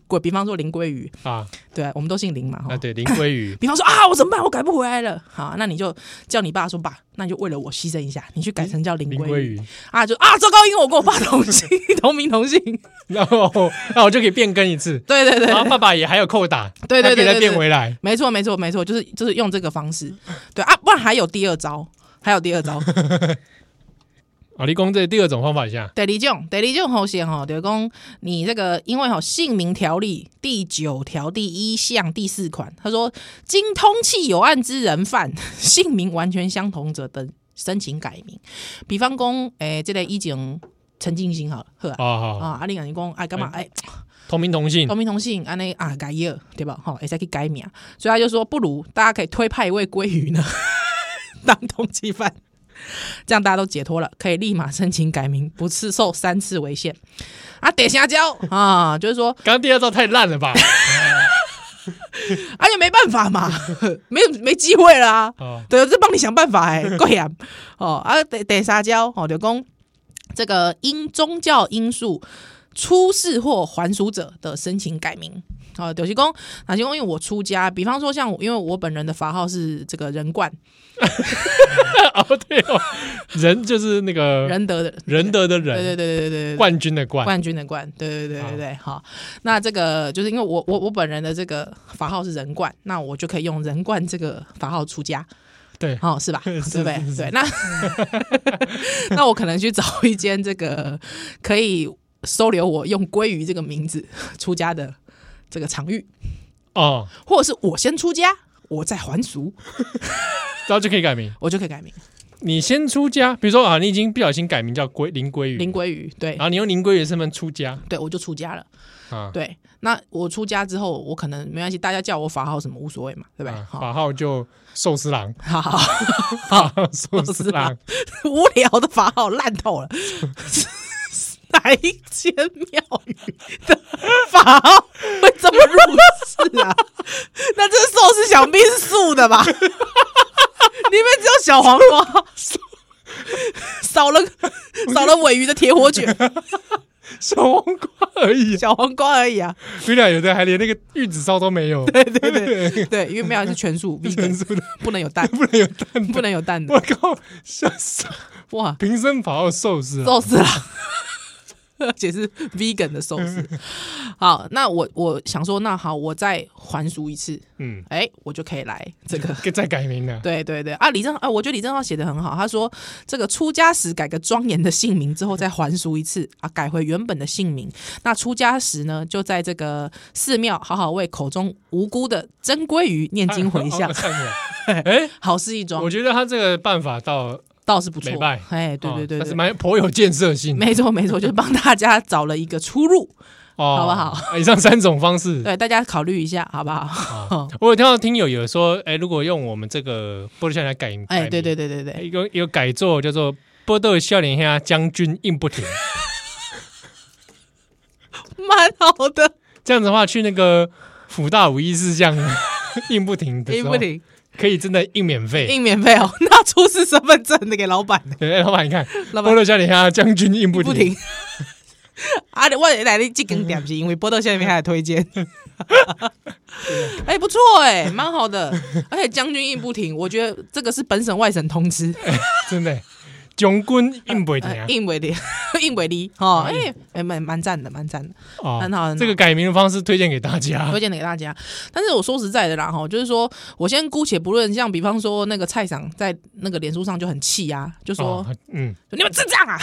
A: 鬼，比方说林鲑鱼，
B: 啊
A: 对啊我们都姓林嘛哈。
B: 啊，对，林鲑鱼
A: 比方说啊，我怎么办？我改不回来了。好，那你就叫你爸说爸，那你就为了我牺牲一下，你去改成 *laughs* 叫林
B: 林
A: 鲑
B: 鲑
A: 鱼
B: 鱼，
A: 啊，就啊，糟糕，因为我跟我爸同姓 *laughs* 同名同姓。
B: 然后那我就可以变更一次，
A: 对对对
B: 然后爸爸也还有扣打，
A: 对对对
B: 他可
A: 对
B: 以再
A: 对
B: 变回来。
A: 没错，没错，没错，就是就是用这个方式。对啊，不然还有第二招，还有第二招。
B: 啊，立功这第二种方法一下，
A: 第二种，第二种好险吼，就是讲你这个，因为吼姓名条例第九条第一项第四款，他说经通气有案之人犯， *laughs* 姓名完全相同者等申请改名。比方讲，诶、这个以前陈进兴好了，好啊。
B: 啊好，
A: 啊，啊，你讲你讲，哎，干嘛？哎，
B: 同名同姓
A: 同名同姓，安尼啊，改业对吧？好，也再去改名，所以他就说，不如大家可以推派一位鲑鱼呢 *laughs* 当通缉犯，这样大家都解脱了，可以立马申请改名，不是受三次违宪啊，得瞎交啊，就是说，
B: 刚刚第二招太烂了
A: *laughs*
B: 吧？
A: 而且哎没办法嘛， *laughs* 没没机会啦、
B: 啊，
A: 对，我在帮你想办法哎、欸，贵啊！哦啊，得得撒娇哦，就讲这个因宗教因素出世或还俗者的申请改名。哦，就是讲，哪些公？因为我出家，比方说像我，因为我本人的法号是这个人冠
B: 哦对哦，人就是那个
A: 仁德的，
B: 仁德的
A: 对对对对
B: 人，
A: 对对对，
B: 冠军的冠，
A: 冠军的冠，对对对对对对，好。那这个就是因为我我我本人的这个法号是人冠，那我就可以用人冠这个法号出家。
B: 对
A: 哦，是吧？对
B: *laughs* 是
A: 不对
B: 是？
A: 对，那那 *laughs* 我可能去找一间这个可以收留我用“鲑鱼”这个名字出家的这个场域，
B: 哦，
A: 或者是我先出家，我再还俗，
B: 然后就可以改名。
A: 我就可以改
B: 嗯
A: 名
B: 你先出家，比如说啊，你已经不小心改名叫龟林龟
A: 林
B: 鱼，
A: 鲑鱼。对
B: 然后你用林龟鱼的身份出家
A: 对，我就出家了。
B: 啊，
A: 对，那我出家之后，我可能没关系，大家叫我法号什么无所谓嘛，对不对
B: 啊？
A: 好，
B: 法号就寿司郎，
A: 好好好，
B: 寿司郎，
A: *laughs* 无聊的法号烂透了。 *laughs* 哪一间庙宇的法号会这么入世啊？ *laughs* 那这寿司想必是素的吧？里 *laughs* 面只有小黄瓜，少了少了尾鱼的铁火
B: *laughs*
A: 卷，
B: 小黄瓜而已，
A: 小黄瓜而已啊。
B: 虽然有的还连那个玉子烧都没有，
A: 对对对对，因为庙是全
B: *laughs*
A: 素
B: 真
A: vegan，
B: 是的，
A: 不能有蛋，
B: 不能有蛋
A: 不
B: 的。
A: 能有蛋的。
B: 我靠，吓死！
A: 哇，
B: 平生法号寿司郎，
A: 揍死了！ *laughs* 而且是 vegan 的寿司。好，那我我想说，那好，我再还俗一次，
B: 嗯，
A: 哎、我就可以来这个。 *laughs*
B: 再改名了，
A: 对对对啊，李正啊，我觉得李正浩写的很好。他说这个出家时改个庄严的姓名之后再还俗一次啊，改回原本的姓名。那出家时呢，就在这个寺庙好好为口中无辜的珍鲑鱼念经回向
B: *laughs* 哦，忏悔。哎，
A: 好事一桩
B: 我觉得他这个办法倒，
A: 倒是不错
B: 美拜。
A: 哎，对对对
B: 哦但
A: 对，
B: 是蛮颇有建设性，
A: 没错没错，就帮大家找了一个出路。
B: 哦
A: 好不好？
B: 以上三种方式，
A: 对，大家考虑一下好不好？
B: *laughs* 啊我有听到听友有说，哎，如果用我们这个波多笑脸来改，改
A: 哎，
B: 名
A: 对对对对对，
B: 一个一个改作叫做波多笑脸下啊将军硬不停。
A: 蛮好的，
B: 这样子的话，去那个福大五一四巷 *laughs* 硬不停的时
A: 硬
B: 候哎
A: 不，停，
B: 可以真的硬免费。
A: 硬免费哦， *laughs* 那出示身份证的给老
B: *laughs*
A: 板，
B: 对，哎老板你看，
A: 老板
B: 波多笑脸下啊将军硬不
A: 不
B: 停 *laughs*
A: 停。。啊，我来你这根点是因为波豆下面还有推
B: *laughs*
A: 荐，哎、不错哎、蛮好的，而且将军硬不停，我觉得这个是本省外省通吃，
B: 真的，将军硬不停啊
A: 呃、！硬为的 *laughs* 硬为的哦，哎、哎蛮蛮赞的，蛮赞的，
B: 哦
A: 很好很好
B: 这个改名的方式推荐给大家
A: 推。荐给大家。但是我说实在的啦，哈，就是说我先姑且不论，像比方说那个蔡赏在那个脸书上就很气啊，就说、
B: 哦，嗯， *laughs*
A: 你们智障啊，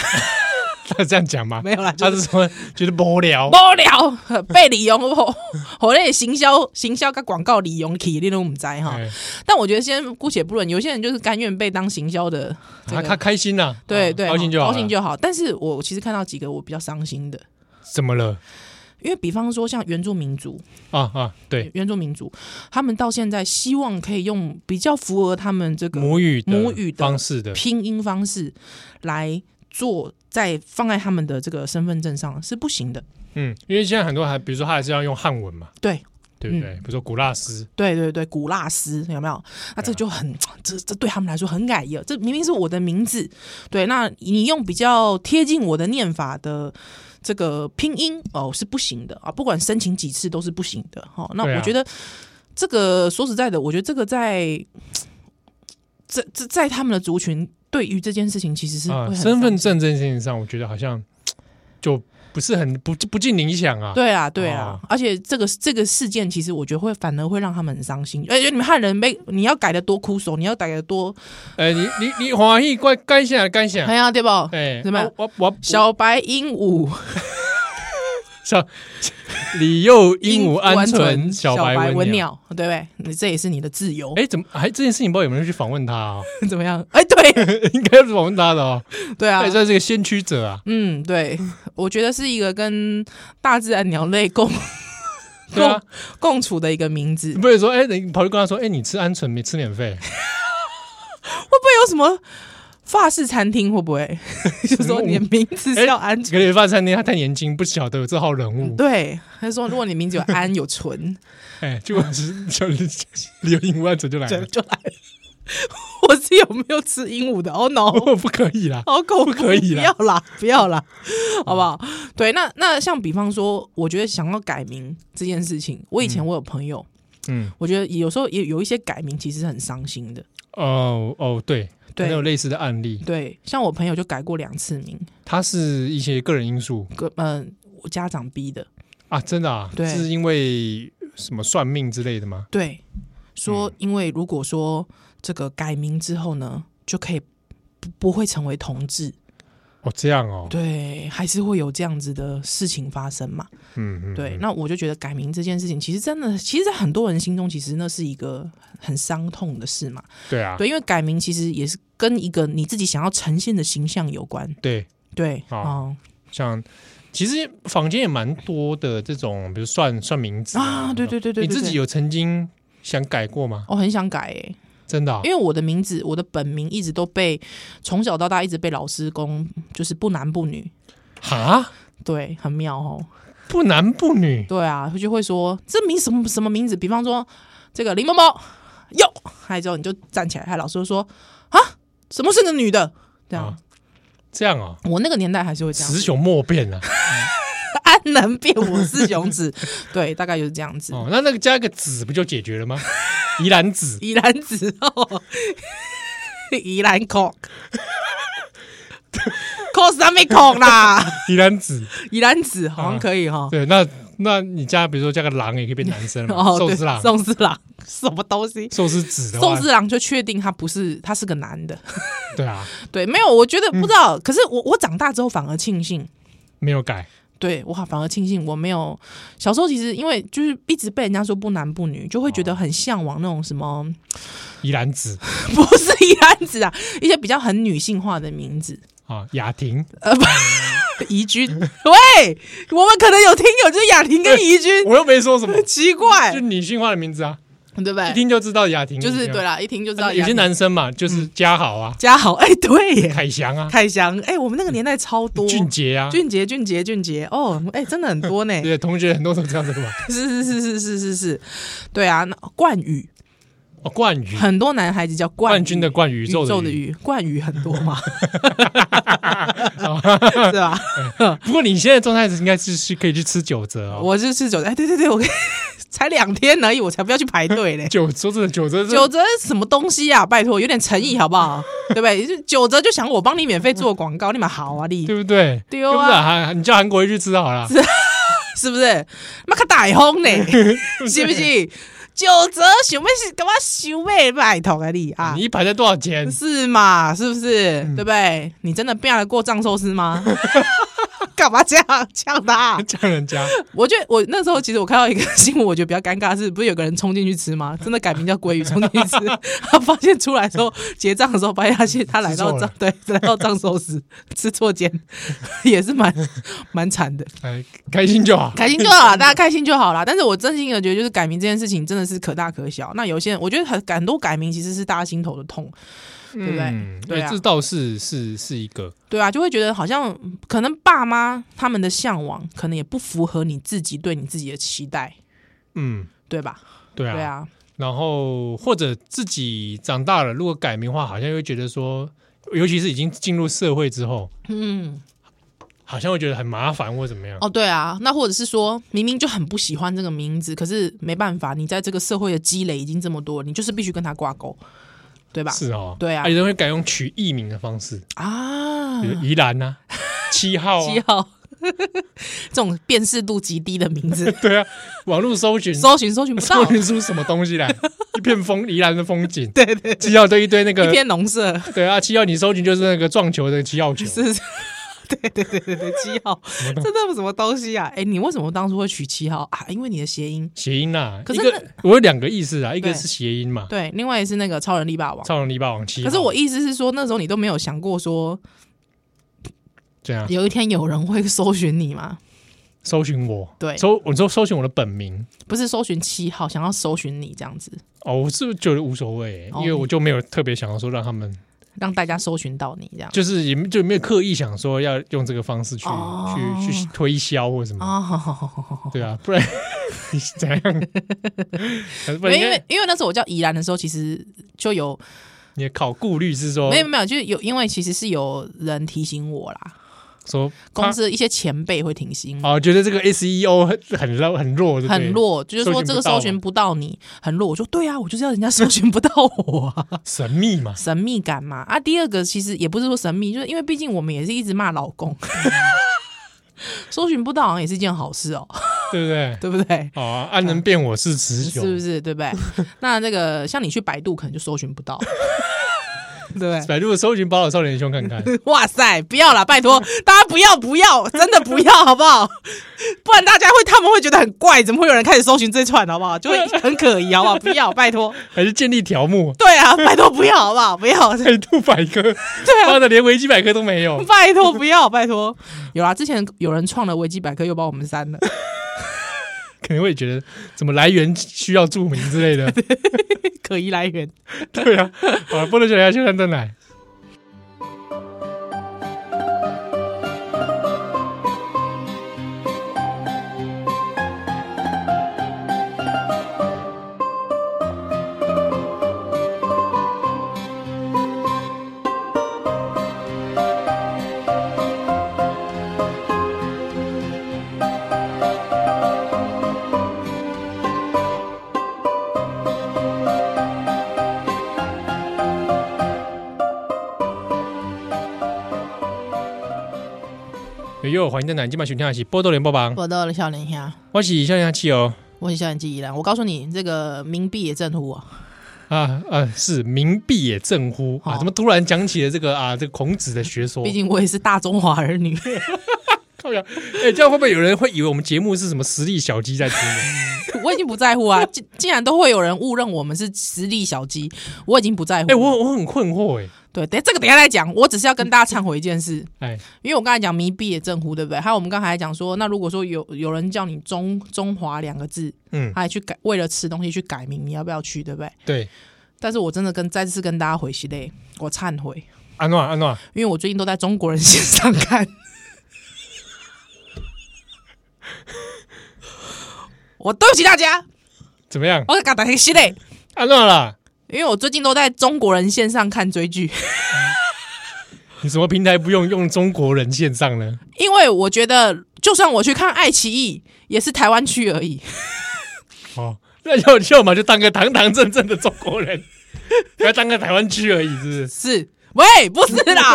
B: 他这样讲吗？
A: 没有
B: *laughs*
A: 啦，就
B: 他
A: 是
B: 是说觉得无聊，
A: 无聊，被利用，我我那行销行销跟广告利用去，你都唔知哈。
B: 哎
A: 但我觉得先姑且不论，有些人就是甘愿被当行销的，这
B: 啊他
A: 个
B: 他开心呐，
A: 对
B: 哦
A: 对，
B: 高兴就好
A: 高
B: 了，
A: 兴就好。但是我其实看到几个我比较伤心的，
B: 怎么了？
A: 因为比方说像原住民族，
B: 啊啊，对，
A: 原住民族他们到现在希望可以用比较符合他们这个
B: 母语的
A: 母语的
B: 方式的，
A: 拼音方式来做，在放在他们的这个身份证上是不行的。
B: 嗯，因为现在很多还比如说他还是要用汉文嘛，
A: 对嗯
B: 对不对？比如说古拉斯，
A: 对对对，古拉斯有没有？那这就很，这这对他们来说很改意。这明明是我的名字，对，那你用比较贴近我的念法的这个拼音哦是不行的啊，不管申请几次都是不行的。哦，那
B: 对啊
A: 我觉得、这个说实在的，我觉得这个在这这在他们的族群对于这件事情其实是会
B: 啊，
A: 很
B: 身
A: 伤心
B: 份证这件事情上，我觉得好像就不是很不不尽理想啊。
A: 对啊，对啊，而且这个这个事件，其实我觉得会反而会让他们很伤心。而且你们汉人被你要改的多枯手，你要改的多，
B: 哎，你你你欢喜怪该想该想
A: 哎，呀，对不？
B: 哎，
A: 怎么样
B: 啊我我
A: 小白鹦鹉，
B: 小李幼鹦鹉鹌鹑
A: 小
B: 小白
A: 文
B: 文鸟。
A: 鸟，对不对？你这也是你的自由，
B: 哎，怎么？哎，这件事情不知道有没有人去访问他哦？
A: *laughs* 怎么样？哎，对 *laughs*
B: 应该是访问他的哦，
A: 对啊
B: 他也，算是个先驱者啊。
A: 嗯，对，我觉得是一个跟大自然鸟类共 *laughs*
B: 对啊，
A: 共处的一个名字，会不
B: 不是说哎，你跑去跟他说，哎，你吃鹌鹑没吃免费？
A: 会有什么法式餐厅？会不会 *laughs* 就说你的名字是要鹌鹑？
B: 格雷发餐厅他太年轻，不晓得有这号人物。
A: 对，他说如果你名字有鹌有纯，
B: 哎， *laughs* 结果是小李李幼鹦鹉鹌鹑就来
A: 就
B: 了，
A: 就来了。 *laughs* 我是有没有吃鹦鹉的？Oh no！*laughs*
B: *laughs* 我不可以啦。
A: 好恐怖，
B: 不可以
A: 不
B: 啦嗯
A: 要啦，不要啦，好不好？对，那那像比方说，我觉得想要改名这件事情，我以前我有朋友，
B: 嗯，
A: 我觉得有时候也有一些改名其实很伤心的。
B: 哦哦，对，
A: 对
B: 没有类似的案例，
A: 对，像我朋友就改过两次名，
B: 它是一些个人因素
A: 个嗯、我家长逼的，
B: 啊，真的啊，
A: 对
B: 是因为什么算命之类的吗？
A: 对，
B: 嗯
A: 说因为如果说这个改名之后呢，就可以不不会成为同志，
B: 哦，这样哦，
A: 对，还是会有这样子的事情发生嘛。
B: 嗯嗯，
A: 对，
B: 嗯，
A: 那我就觉得改名这件事情，其实真的，其实，在很多人心中，其实那是一个很伤痛的事嘛。
B: 对啊，
A: 对，因为改名其实也是跟一个你自己想要呈现的形象有关。
B: 对，
A: 对，
B: 啊
A: 哦
B: 像其实坊间也蛮多的这种，比如算算名字
A: 啊，对对对对，
B: 嗯你自己
A: 有，
B: 有曾经想改过吗？
A: 我很想改诶、
B: 真的啊
A: 因为我的名字，我的本名一直都被从小到大一直被老师公就是不男不女，
B: 哈，
A: 对，很妙哦。
B: 不男不女，
A: 对啊，他就会说这名什么什么名字，比方说这个林某某哟，还之后你就站起来，他老师就说啊，什么是个女的？这样。
B: 啊这样哦，
A: 我那个年代还是会这样
B: 雌，雄莫辨啊。
A: 安能辨我是雄
B: *laughs*
A: 子？对，大概就是这样子。
B: 哦，那那个加个子不就解决了吗？宜兰子，
A: 宜兰子哦，宜兰 cock。 cos 他没孔啦，
B: *laughs* 宜兰子，
A: 宜兰子好像可以哈。
B: *laughs* 对，那那你加比如说加个狼也可以变男生嘛，
A: 哦，
B: *laughs* 寿
A: 对，
B: 司啊郎、
A: 宋司郎什么东西？
B: 寿司子的话
A: 宋，司郎就确定他不是，他是个男的。
B: 对啊，
A: 对，没有，我觉得不知
B: 嗯
A: 道。可是我我长大之后反而庆幸，
B: 没有改，
A: 对我反而庆幸我没有小时候，其实因为就是一直被人家说不男不女，就会
B: 哦
A: 觉得很向往那种什么，
B: 宜兰子
A: 不是一男子啊， *laughs* 一些比较很女性化的名字。
B: 啊，雅婷，
A: 哎怡君，喂，我们可能有听友就是雅婷跟怡君，
B: 我又没说什么，
A: 奇怪
B: 就，女性化的名字啊，
A: 对不
B: 一
A: 对？
B: 听就知道雅婷，
A: 哎就是
B: 有没有
A: 对啦，一听就知道
B: 有
A: 雅
B: 些
A: 婷。嗯
B: 男生嘛，就是嘉豪啊、
A: 家好，哎，对耶，
B: 凯翔啊、
A: 凯翔，哎，我们那个年代超多，
B: 俊杰啊，
A: 俊杰，俊杰，俊杰，哦，哎，真的很多呢，
B: 对，同学很多都这样子的嘛。
A: 是是是是是是是，对啊，那冠宇，
B: 哦，冠宇，
A: 很多男孩子叫冠宇
B: 冠军的冠，宇
A: 宇
B: 宙
A: 宙
B: 的
A: 的
B: 宇。
A: 宇，冠宇很多
B: *laughs*
A: 嘛， *laughs* 是吧？
B: 不过你现在状态是应该是是可以去吃九折哦。
A: 我是吃九折，哎，对对对，我 *laughs* 才两天而已，我才不要去排队
B: *laughs*
A: 嘞。
B: 九说真的，九折是
A: 九折是什么东西啊？拜托，有点诚意好不好？对不对？就九折就想我帮你免费做广告，你们好啊，你
B: 对不对？
A: 对
B: 又
A: 啊
B: 不是韩，你叫韩国瑜去吃好了。
A: 是不是？妈可大风
B: *laughs*
A: 呢，是不是？九折想要是干嘛想买拜托啊你啊
B: 你？嗯一盘才多少钱？
A: 是嘛？是不是？对不对？你真的变得过藏寿司吗？ *laughs* 干嘛这样呛他、啊
B: *laughs* 叫人家
A: 我觉得我那时候其实我看到一个新闻，我觉得比较尴尬是，不是有个人冲进去吃吗？ *laughs* 真的改名叫鲑鱼冲进去吃，他发现出来之后结账的时候，发现他现他来
B: 吃
A: 到 *laughs*
B: 错了
A: 藏对来到藏寿司吃错间， *laughs* 也是蛮蛮惨的。
B: 哎，开心就好。
A: 开心就好 *laughs* 了，大家开心就好了。但是我真心的觉得，就是改名这件事情真的是可大可小。那有些人，我觉得很很多改名其实是大家心头的痛，对不对？
B: 嗯，
A: 对
B: 哎
A: 啊
B: 这倒是是是一个
A: 对啊，就会觉得好像可能爸妈他们的向往，可能也不符合你自己对你自己的期待，
B: 嗯，
A: 对吧？
B: 对
A: 对
B: 啊。
A: 啊，
B: 然后或者自己长大了，如果改名的话，好像又觉得说，尤其是已经进入社会之后，
A: 嗯，
B: 好像会觉得很麻烦或怎么样。
A: 哦，对啊，那或者是说，明明就很不喜欢这个名字，可是没办法，你在这个社会的积累已经这么多，你就是必须跟他挂钩，对吧？
B: 是哦，
A: 对啊
B: 有人会改用取艺名的方式，
A: 啊
B: 比，如宜兰啊，七号
A: *laughs* 七
B: 啊，
A: 号这种辨识度极低的名字，
B: 对啊，网络搜寻
A: 搜寻搜寻不到 *laughs*
B: 搜，寻出什么东西来，一片风宜兰的风景，对对，七号就一堆那
A: 一
B: 个，
A: 片农舍，
B: 对啊，七号你搜寻就是那个啊撞球的七号球，
A: 是是。对对对对对，七 *laughs* 号，这都什么东西啊？哎，你为什么当初会取七号啊？因为你的谐音，
B: 谐音啊，
A: 可
B: 一
A: 是
B: 个我有两个意思啊，一个
A: 对
B: 是谐音嘛，
A: 对，另外是那个超人力霸王。
B: 超人篱笆王七号，
A: 可是我意思是说，那时候你都没有想过说，
B: 这样
A: 有一天有人会搜寻你吗？
B: 搜寻我，
A: 对
B: 搜我说搜寻我的本名。
A: 不是搜寻七号，想要搜寻你这样子，
B: 哦，我是觉得无所谓，
A: 哦
B: 因为我就没有特别想要说让他们，
A: 让大家搜寻到你这样。
B: 就是也就没有刻意想说要用这个方式去
A: 哦
B: 去去推销或什么，
A: 啊、哦，
B: 对啊，
A: *laughs*
B: 不然 *laughs* 你是怎样？还是不
A: 因为因
B: 然应
A: 为
B: 该
A: 因为那时候我叫宜兰的时候，其实就有
B: 你的考顾虑是说
A: 没有没有，就是有，因为其实是有人提醒我啦，
B: 说
A: 公
B: 他
A: 司一些前辈会提醒我，
B: 哦，觉得这个 SEO 很很弱很弱，对不对
A: 很，弱，就是说这个搜寻不到你，很弱。我说对啊，我就是要人家搜寻不到我、啊，，
B: *laughs* 神秘嘛
A: 神秘感嘛。啊，第二个其实也不是说神秘，就是因为毕竟我们也是一直骂老
B: *laughs*
A: 公， *laughs* 搜寻不到好像也是一件好事哦，
B: 对不对？
A: 对不对？
B: 哦，安能辨我是持
A: 是
B: 久，
A: 不是？对不对？那那个像你去百度可能就搜寻不到，对不对？
B: 百度搜寻宝岛少年兄看 *laughs* 看，
A: 哇塞，不要啦，拜托， *laughs* 大家不要不要，真的不要，好不好？不然大家会他们会觉得很怪，怎么会有人开始搜寻这串，好不好？就会很可疑，好不好？不要，拜托，
B: 还是建立条目，
A: 对啊，拜托不要，好不好？不要，对
B: 百度百 *laughs* 科，妈
A: 啊，
B: 的连维基百科都没有，
A: 拜托不要，拜托。有啦，之前有人创了维基百科，又把我们删了， *laughs*
B: 可能会觉得怎么来源需要注明之类 *laughs* 的，
A: 可疑来源。
B: 对啊，啊，不能讲下去看真奶。朋友，哎欢迎在南京嘛收听的是《波多连播榜》，
A: 我到了笑脸虾，
B: 我是夏夏七哦
A: 我很笑脸记忆啦。我告诉你，这个冥币也正乎啊，
B: 啊啊，是民必也正乎啊！
A: 好
B: 怎么突然讲起了这个啊这个孔子的学说
A: 毕？竟我也是大中华儿女。
B: 靠呀！哎，这样会不会有人会以为我们节目是什么实力小鸡在听 *laughs* 呢？
A: 我已经不在乎啊，既既然都会有人误认我们是实力小鸡，我已经不在乎。
B: 哎，我我很困惑哎
A: 对，等这个等一下再讲，我只是要跟大家忏悔一件事，
B: 哎
A: 因为我刚才讲迷币也正乎，对不对？还有我们刚才讲说，那如果说有有人叫你中中华两个字，
B: 嗯
A: 他还去改为了吃东西去改名，你要不要去，对不对？
B: 对，
A: 但是我真的跟再次跟大家回息嘞，我忏悔，
B: 安诺啊安诺，
A: 因为我最近都在中国人线上看。 *laughs* 我对不起大家，
B: 怎么样？
A: 我给打黑息嘞，
B: 安诺啊啦，
A: 因为我最近都在中国人线上看追剧， *laughs*
B: 你什么平台不用用中国人线上呢？
A: 因为我觉得就算我去看爱奇艺，也是台湾区而已。
B: 哦，那要要么就当个堂堂正正的中国 *laughs* 人，不要当个台湾区而已，是不是？
A: 是，喂，不是啦，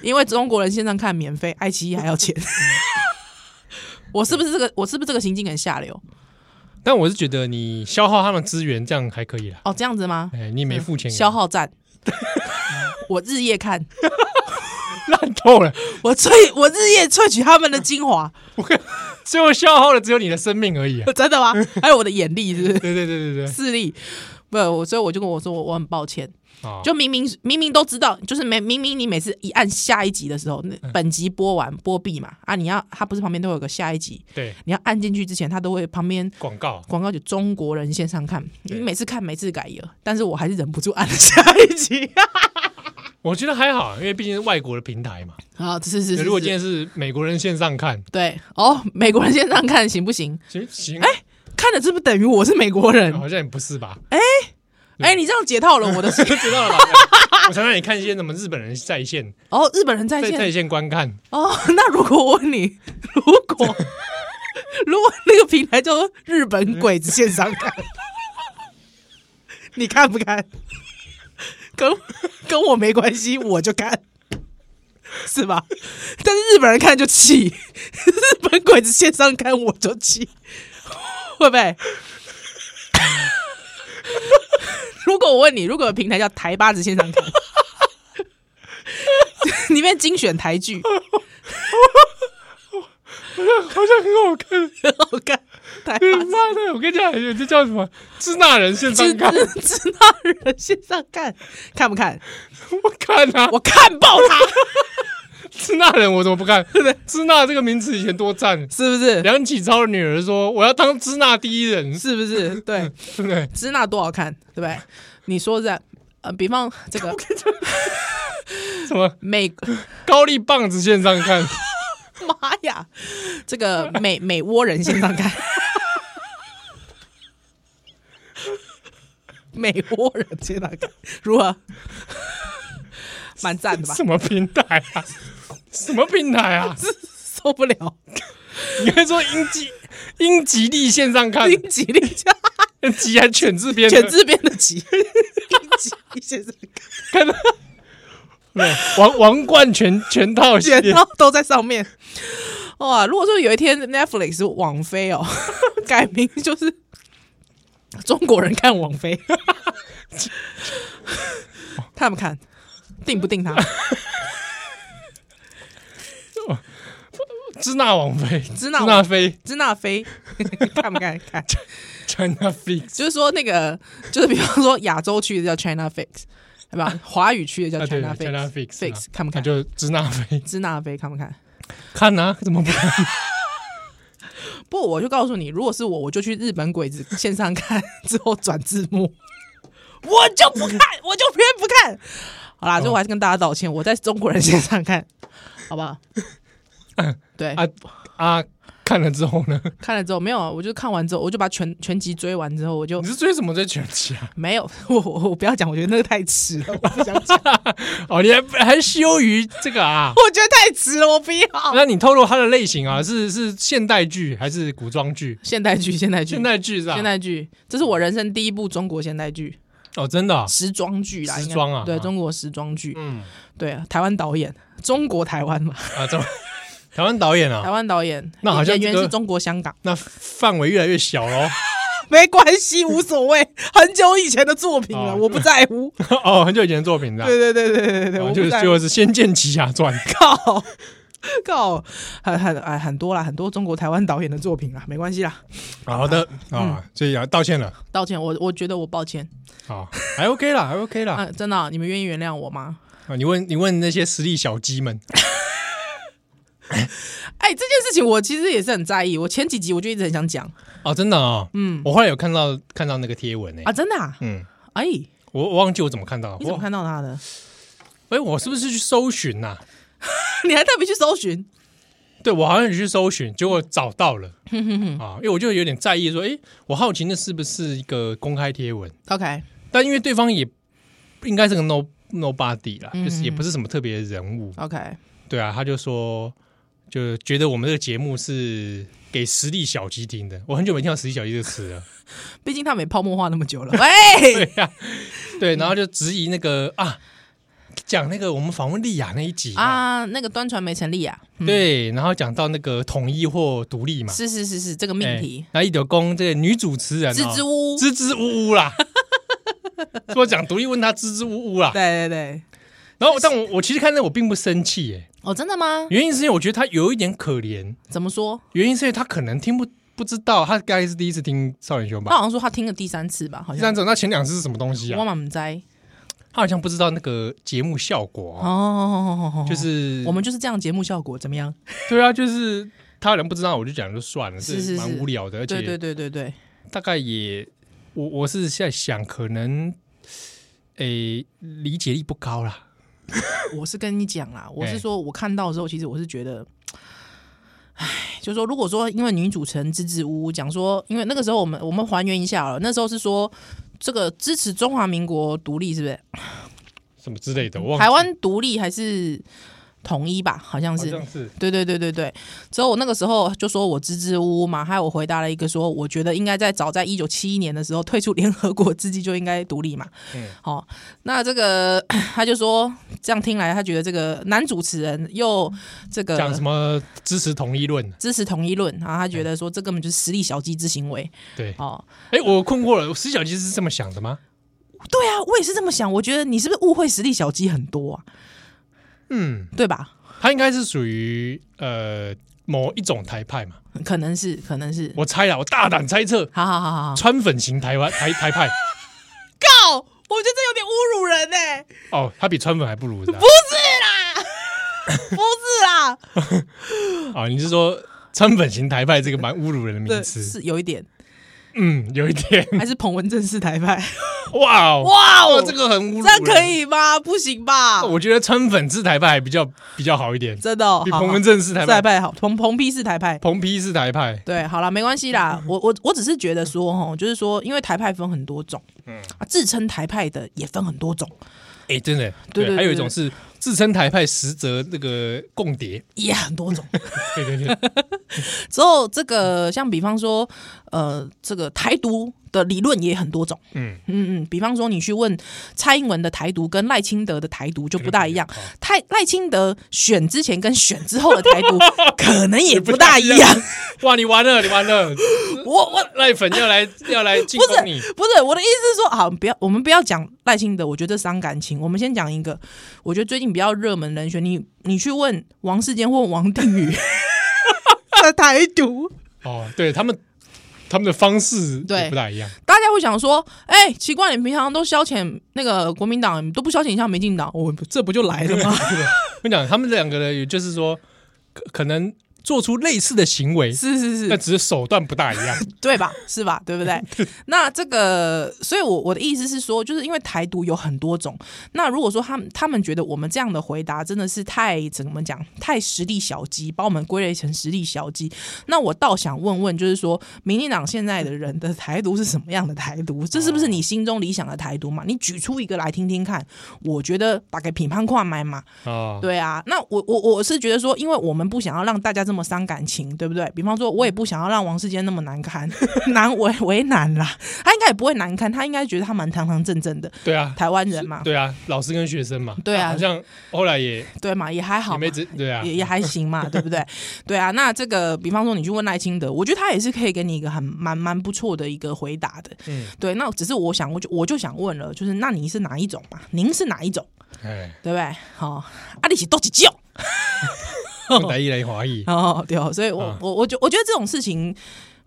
A: 因为中国人线上看免费，爱奇艺还要钱。我是不是这个？我是不是这个行径很下流？
B: 但我是觉得你消耗他们资源，这样还可以啦。
A: 哦，这样子吗？
B: 哎，你也没付钱，
A: 消耗战， *laughs* 我日夜看，
B: 烂透了，
A: 我萃，我日夜萃取他们的精华， *laughs*
B: 最后消耗的只有你的生命而已啊！
A: 真的吗？还有我的眼力，是不是
B: 对对对对对，
A: 视力？不，我所以我就跟我说，我我很抱歉，
B: 啊，
A: 就明明明明都知道，就是每明明你每次一按下一集的时候，那本集播完播毕嘛，啊，你要它不是旁边都有个下一集，
B: 对
A: 你要按进去之前，它都会旁边
B: 广告，
A: 广告就中国人线上看，你
B: 对
A: 每次看每次改了，但是我还是忍不住按了下一集
B: 我觉得还好，因为毕竟是外国的平台嘛。
A: 啊，是是是是，
B: 如果今天是美国人线上看，
A: 对哦，美国人线上看行不行？
B: 行行，
A: 哎看了是不是等于我是美国人？
B: 好像也不
A: *laughs*
B: 是吧？
A: 哎、你这样解套了我的
B: 知道了吧？我常常也看一些什么日本人在线
A: 哦，日本人在
B: 在
A: 线
B: 在线
A: *laughs*
B: 观看，
A: 哦。那如果我问你，如果 *laughs* 如果那个平台叫做日本鬼子线上看，你看不看？跟跟我没关系，我就看，是吧？但是日本人看就气，日本鬼子线上看我就气，会不会？ *laughs* 如果我问你，如果有平台叫台八子线上看，里面精选台剧，
B: 好像很好看。
A: 很好看，台八子
B: 妈的！我跟你讲，有这叫什么？支那人线上
A: 支
B: 看，
A: 支支那人线上看，看不看？
B: 我看啊！
A: 我看爆他，
B: 支那人我怎么不看？支那这个名词以前多赞。
A: 是不是？
B: 梁启超的女儿说：“我要当支那第一人。
A: 是不是？对，”
B: 对不对？
A: 支那多好看，对不对？你说是呃，比方这个
B: 什么
A: 美，
B: 高丽棒子线上看？
A: 妈呀，这个美美窝人线上看，美窝人线上看如何？蛮赞的吧？
B: 什么平台啊？什么平台啊？
A: 受不了，
B: 你可以说英吉英吉利线上看，
A: 丁吉利家
B: 吉还犬
A: *laughs*
B: 字边的，
A: 犬字边的吉，丁吉先生
B: 看到对王王冠全全套系列
A: 然，后都在上面。哇，如果说有一天 Netflix 网飞哦，改名就是中国人看网飞，看不看？定不定他？
B: 支那王妃，支
A: 那
B: 那妃
A: 支那飞看不看？看，
B: ，China Fix
A: 就是说那个，就是比方说亚洲区的叫 China Fix，对吧？华语区的叫
B: 啊，对
A: China Fix，,、
B: ，China Fix 啊
A: Fix 看不
B: 那
A: 看？
B: 就支那妃，
A: 支那飞看不看？
B: 看啊，怎么不看？ *laughs*
A: 不，我就告诉你，如果是我，我就去日本鬼子线上看，之后转字幕， *laughs* 我就不看，我就偏不看。好啦，所以我还是跟大家道歉，我在中国人线上看，好 *laughs* 不好？对，
B: 啊啊，看了之后呢？
A: 看了之后没有啊，我就看完之后，我就把全全集追完之后，我就
B: 你是追什么追全集啊？
A: 没有， *laughs* 我我我不要讲，我觉得那个太迟 *laughs* 了，我不想讲，
B: 哦，你还还羞于这个啊？
A: 我觉得太迟了，我不要。
B: 那你透露它的类型啊？是是现代剧还是古装剧？
A: 现代剧，现代剧，啊
B: 现代剧是吧？
A: 嗯现代剧，这是我人生第一部中国现代剧，
B: 哦，真的啊，
A: 时装剧啦，
B: 时
A: 应该
B: 装啊
A: 对，
B: 啊
A: 中国时装剧，
B: 嗯
A: 对啊，台湾导演，中国台湾嘛。 *laughs*
B: 啊，怎么台湾导演
A: 台
B: 啊，
A: 湾导演，
B: 那好像
A: 演员
B: 这个
A: 是中国香港， *laughs*
B: 那范围越来越小喽。
A: 没关系，无所谓，
B: *laughs*
A: 很久以前的作品了，
B: 哦
A: 我不在乎。
B: *laughs* 哦，很久以前的作 *laughs* 品的啊，
A: 对对对对对对对，
B: 哦
A: 我
B: 就
A: 不
B: 是
A: 在乎。
B: 就是《仙剑奇侠传》
A: *laughs* 靠靠，很很哎很多啦，很多中国台湾导演的作品啦，没关系啦，
B: 好的
A: 嗯
B: 啊，所以啊，道歉了
A: 道歉，我我觉得我抱歉， *laughs*
B: 啊，还 OK 啦，还 OK 啦。
A: 啊，真的啊、你们愿意原谅我吗？
B: 啊，你问你问那些实力小鸡们，
A: 哎，这件事情我其实也是很在意，我前几集我就一直很想讲
B: 哦，真的啊，嗯，我后来有看到看到那个贴文诶
A: 啊，，真的、啊，
B: 嗯，
A: 哎，你
B: 我我忘记我怎么看到，
A: 怎么
B: 我
A: 看到他的？ *laughs*
B: 哎，我是不是去搜寻呐？
A: 你还特别去搜寻，
B: 对我好像有去搜寻，结果找到了
A: 嗯
B: 啊，因为我就有点在意说，哎，我好奇那是不是一个公开贴文？
A: OK，
B: 但因为对方也应该是个 no nobody 啦，
A: 嗯
B: 就是也不是什么特别的人物，
A: OK，
B: 对啊，他就说就觉得我们这个节目是给实力小鸡听的，我很久没听到实力小鸡这个词
A: *laughs*
B: 了，
A: 毕竟他们也泡沫化那么
B: *laughs*
A: 久了。喂，
B: 对呀、对，然后就质疑那个啊，讲那个我们访问丽雅那一集啊，
A: 啊，那个端传媒成立啊，嗯，
B: 对，然后讲到那个统一或独立嘛，
A: 是是是是，这个命题，
B: 哎，然后一柳公这个女主持人、哦、
A: 支支吾吾，
B: 支支吾
A: *laughs*
B: 吾啦。说讲独立问他支支吾吾啦，
A: 对对对，
B: 然后但我我其实看那我并不生气耶、
A: 哦，真的吗？
B: 原因是因为我觉得他有一点可怜，
A: 怎么说？
B: 原因是因为他可能听不不知道，他该是第一次听少年兄
A: 他
B: 吧？
A: 好像说他听了第三次吧，好
B: 第
A: 像
B: 三者那前两次是什么东西
A: 我
B: 啊？
A: 满栽
B: 他好像不知道那个节目效果、啊，
A: 哦，
B: 就是
A: 我们就是这样节目效果怎么样？
B: 对啊，就是他可能不知道，我就讲就算了，
A: 是是
B: 这蛮
A: 是
B: 无聊的，而
A: 对对
B: 且
A: 对对对，
B: 大概也我我是在想，可能诶、理解力不高啦。
A: 我是跟你讲啦，我是
B: 哎
A: 说我看到的时候，其实我是觉得。唉，就是说，如果说因为女主持人支支吾吾讲说，因为那个时候我们我们还原一下好了，那时候是说这个支持中华民国独立，是不是？
B: 什么之类的，我忘记
A: 台湾独立还是统一吧？好像
B: 好
A: 是。
B: 像是
A: 对对对对对，之后我那个时候就说我支支吾吾嘛，还有我回答了一个说，我觉得应该在早在一九七一年的时候退出联合国之际就应该独立嘛。
B: 嗯
A: 好、 *laughs* 那这个 *coughs* 他就说这样听来，他觉得这个男主持人又这个
B: 讲什么支持同一论，
A: 支持统一论，然后他觉得说这根本就是实力小鸡之行为。
B: 对，
A: 哦，
B: 哎、我困惑了，石小鸡是这么想的吗？
A: 对啊，我也是这么想，我觉得你是不是误会实力小鸡很多啊？
B: 嗯，
A: 对吧？
B: 他应该是属于呃某一种台派嘛，
A: 可能是，可能是。
B: 我猜啦，我大胆猜测，
A: 好好好好好，
B: 川粉型台湾台台派。
A: 告，我觉得这有点侮辱人呢、欸
B: 哦，他比川粉还不如的
A: *laughs* 不是啦，
B: 啊！你是说川粉型台派这个蛮侮辱人的
A: 对，
B: 名词？
A: 是有一点，
B: 嗯，有一点， *laughs*
A: 还是彭文正是台派？
B: 哇哦，
A: 哇
B: 哦，这个很侮辱，
A: 这可。以吗？不行
B: *laughs*
A: 吧？
B: 我觉得川粉是台派还比较比较好一点，
A: 真的、哦、
B: 比
A: 好
B: 彭
A: 好
B: 文正是台
A: 是台
B: 派，
A: 派好，彭彭批是台派。
B: 彭批是台派，
A: 对，好了，没关系
B: 嗯
A: 啦。我我我只是觉得说，哦，就是说，因为台派分很多种，嗯啊，自称台派的也分很多种，
B: 哎，真的，
A: 对对
B: 还有一
A: 对
B: 种是自称台派，实则那个共谍，
A: 也很多种。
B: 对对对，
A: *laughs* 之后这个像比方说，呃，这个台独的理论也很多种，
B: 嗯，
A: 嗯嗯，比方说你去问蔡英文的台独跟赖清德的台独就不大一样
B: 可能不一样，
A: 蔡赖清德选之前跟选之后的台独 *laughs* 可能
B: *laughs*
A: 也不大一
B: 也
A: 样。
B: 哇，你完了，你完了，
A: *laughs* 我我
B: 赖粉要来要来进攻你，
A: 不是我的意思是说，好，不要我们不要讲赖清德，我觉得这伤感情。我们先讲一个，我觉得最近比较热门人选，你你去问王世坚或王定 *laughs* 宇的台独，
B: 哦，对他们他们的方式
A: 对
B: 也不大一样，
A: 大家会想说，哎、奇怪，你平常都消遣那个国民党，你都不消遣一下民进党，我这不就
B: 哎
A: 来了吗？
B: 我跟你讲，他们两个人也就是说，可可能做出类似的行
A: *laughs*
B: 为，
A: 是是是
B: 那，只是手段不大一
A: *laughs*
B: 样。
A: 对吧？是吧？对不对？那这个，所以我我的意思是说，就是因为台独有很多种。那如果说他们他们觉得我们这样的回答真的是太怎么讲，太实力小鸡，把我们归类成实力小鸡，那我倒想问问，就是说，民进党现在的人的台独是什么样的台独？这是不是你心中理想的台独嘛？你举出一个来听听看，我觉得把给品判跨买嘛，
B: 哦，
A: 对啊，那我我我是觉得说，因为我们不想要让大家这这么伤感情，对不对？比方说，我也不想要让王世坚那么难堪， *laughs* 难为为难啦。他应该也不会难堪，他应该觉得他蛮堂堂正正的
B: 对啊，
A: 台湾人嘛，
B: 对啊，老师跟学生嘛，
A: 对啊
B: 好像后来也
A: 对嘛，也还好
B: 也
A: 嘛
B: 没。只对啊，
A: 也也还行
B: *laughs*
A: 嘛，对不对？对啊，那这个，比方说你去问赖清德，我觉得他也是可以给你一个很蛮蛮不错的一个回答的。
B: 嗯，
A: 对，那只是我想，我就我就想问了，就是那你是哪一种嘛？您是哪一种？
B: *laughs* 哎，
A: 对不对？好、啊，你是都几种？
B: 用台语来
A: *laughs*
B: 华裔，
A: 哦，对哦，所以我、
B: 啊
A: 我我觉我觉得这种事情，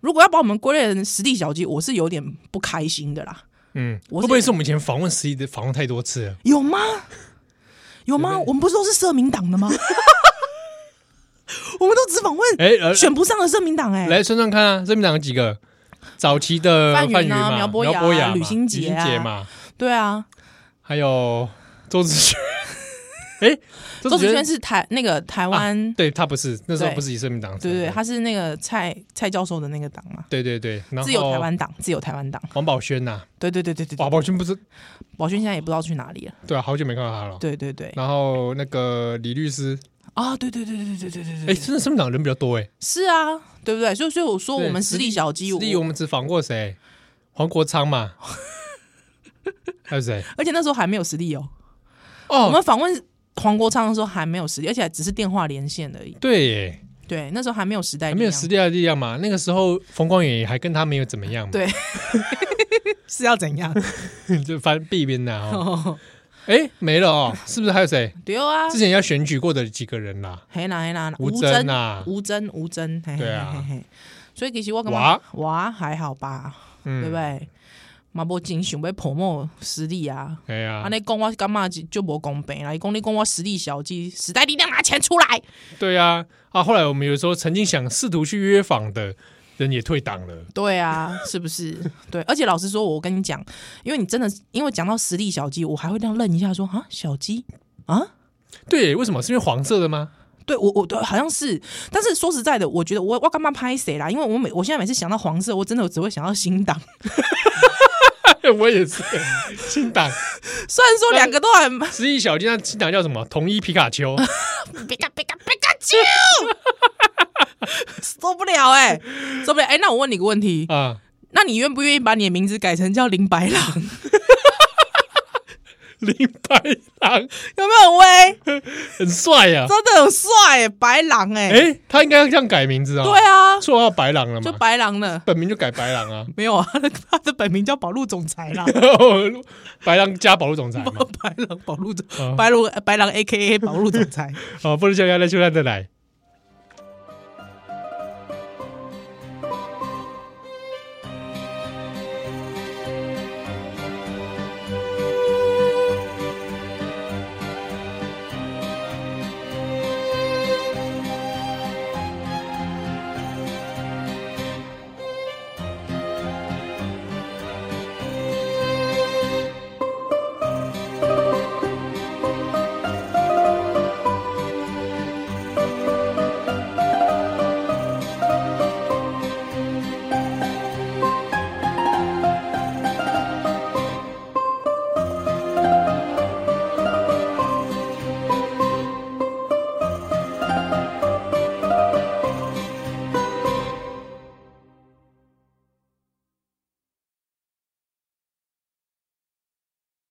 A: 如果要把我们归类成实地小鸡，我是有点不开心的啦。
B: 嗯，
A: 我
B: 会
A: 是
B: 不会是我们以前访问十一的访问太多次
A: *laughs*
B: 了？
A: 有吗？有吗？我们不是都是社民党的吗？我们都只访问
B: 哎，呃
A: 选不上的社民党、哎，
B: 来算算看啊，这边党有几个？早期的
A: 范
B: 范
A: 云啊
B: 宇嘛，
A: 苗博雅啊
B: 博雅嘛、
A: 吕新杰啊
B: 嘛，
A: 对啊，
B: 还有周子
A: *laughs*
B: 轩。哎，
A: 周子
B: 轩
A: 轩是台那个台湾，
B: 对他不是那时候
A: 对
B: 不是以色民党，
A: 对对对，他是那个蔡蔡教授的那个党嘛，
B: 对对对，然后
A: 自由台湾党，自由台湾党，
B: 王宝轩呐，
A: 对对对对对对，
B: 王宝轩不是
A: 宝轩现在也不知道去哪里了，
B: 对啊，好久没看到他了。
A: 对对对，
B: 然后那个李律师，
A: 啊，对对对对对对对对
B: 哎，
A: 对，
B: 真的，社民党人比较多哎。
A: 是啊，对不对？所以所以我说
B: 对
A: 我们实力小鸡，
B: 实
A: 我
B: 力我们只访过谁？黄国昌嘛，
A: *laughs*
B: 还有谁？
A: 而且那时候还没有实力哦。我
B: 哦，
A: 们访问黄国昌的时候还没有实力，而且还只是电话连线而已。
B: 对耶，
A: 对，那时候还没有时代，啊
B: 还没有实，力的力量嘛。那个时候冯光远也还跟他没有怎么样嘛。
A: 对是要怎样？
B: 就翻避边的哦。
A: *laughs*
B: 哎，没了哦，是不是还有谁？
A: 对
B: *laughs*
A: 啊
B: 之，前要选举过的几个人啦，
A: 嘿啦嘿啦，
B: 吴
A: 真
B: 征啊
A: 吴真吴真，嘿嘿
B: 对啊
A: 嘿嘿嘿所以其实我感觉
B: 哇
A: 哇还好吧，
B: 嗯
A: 对不？对？嘛无真想要 promo 实力啊，
B: 哎呀
A: 安，尼讲我感觉就就无公平啦。伊讲你讲我实力小鸡，时代力量拿钱出来，
B: 对呀，啊，后来我们有时候曾经想试图去约访的人也退党了，
A: 对啊，是不是？对，而且老实说，我跟你讲，因为你真的，因为讲到实力小鸡，我还会这样愣一下说啊，小鸡啊，
B: 对，为什么？是因为黄色的吗？
A: 对我我对好像是，但是说实在的，我觉得我我干嘛拍谁啦？因为我每我现在每次想到黄色，我真的我只会想到新党。
B: *laughs* 我也是，新党
A: 虽然说两个都很
B: 十亿小金，那新党叫什么？统一皮卡丘，
A: 别嘎别嘎别嘎啾，受不了哎、受不了哎、那我问你个问题，
B: 啊，
A: 那你愿不愿意把你的名字改成叫林白狼？
B: 林白狼
A: 有没有很威？
B: 很帅呀、啊。
A: 真的很帅、欸，白狼哎、
B: 哎、他应该要这样改名字啊、
A: 对，啊，
B: 绰号白狼了
A: 就
B: 嘛，
A: 白狼呢。。
B: 本名就改白狼啊 *laughs*
A: 没有啊，他 *laughs* 的他的本名叫保路总裁啦，
B: 白狼加保路总裁嘛，
A: 白狼保路总
B: 哦
A: 白路白狼 A K A 保路总裁。
B: 哦，不如叫他来就让他来。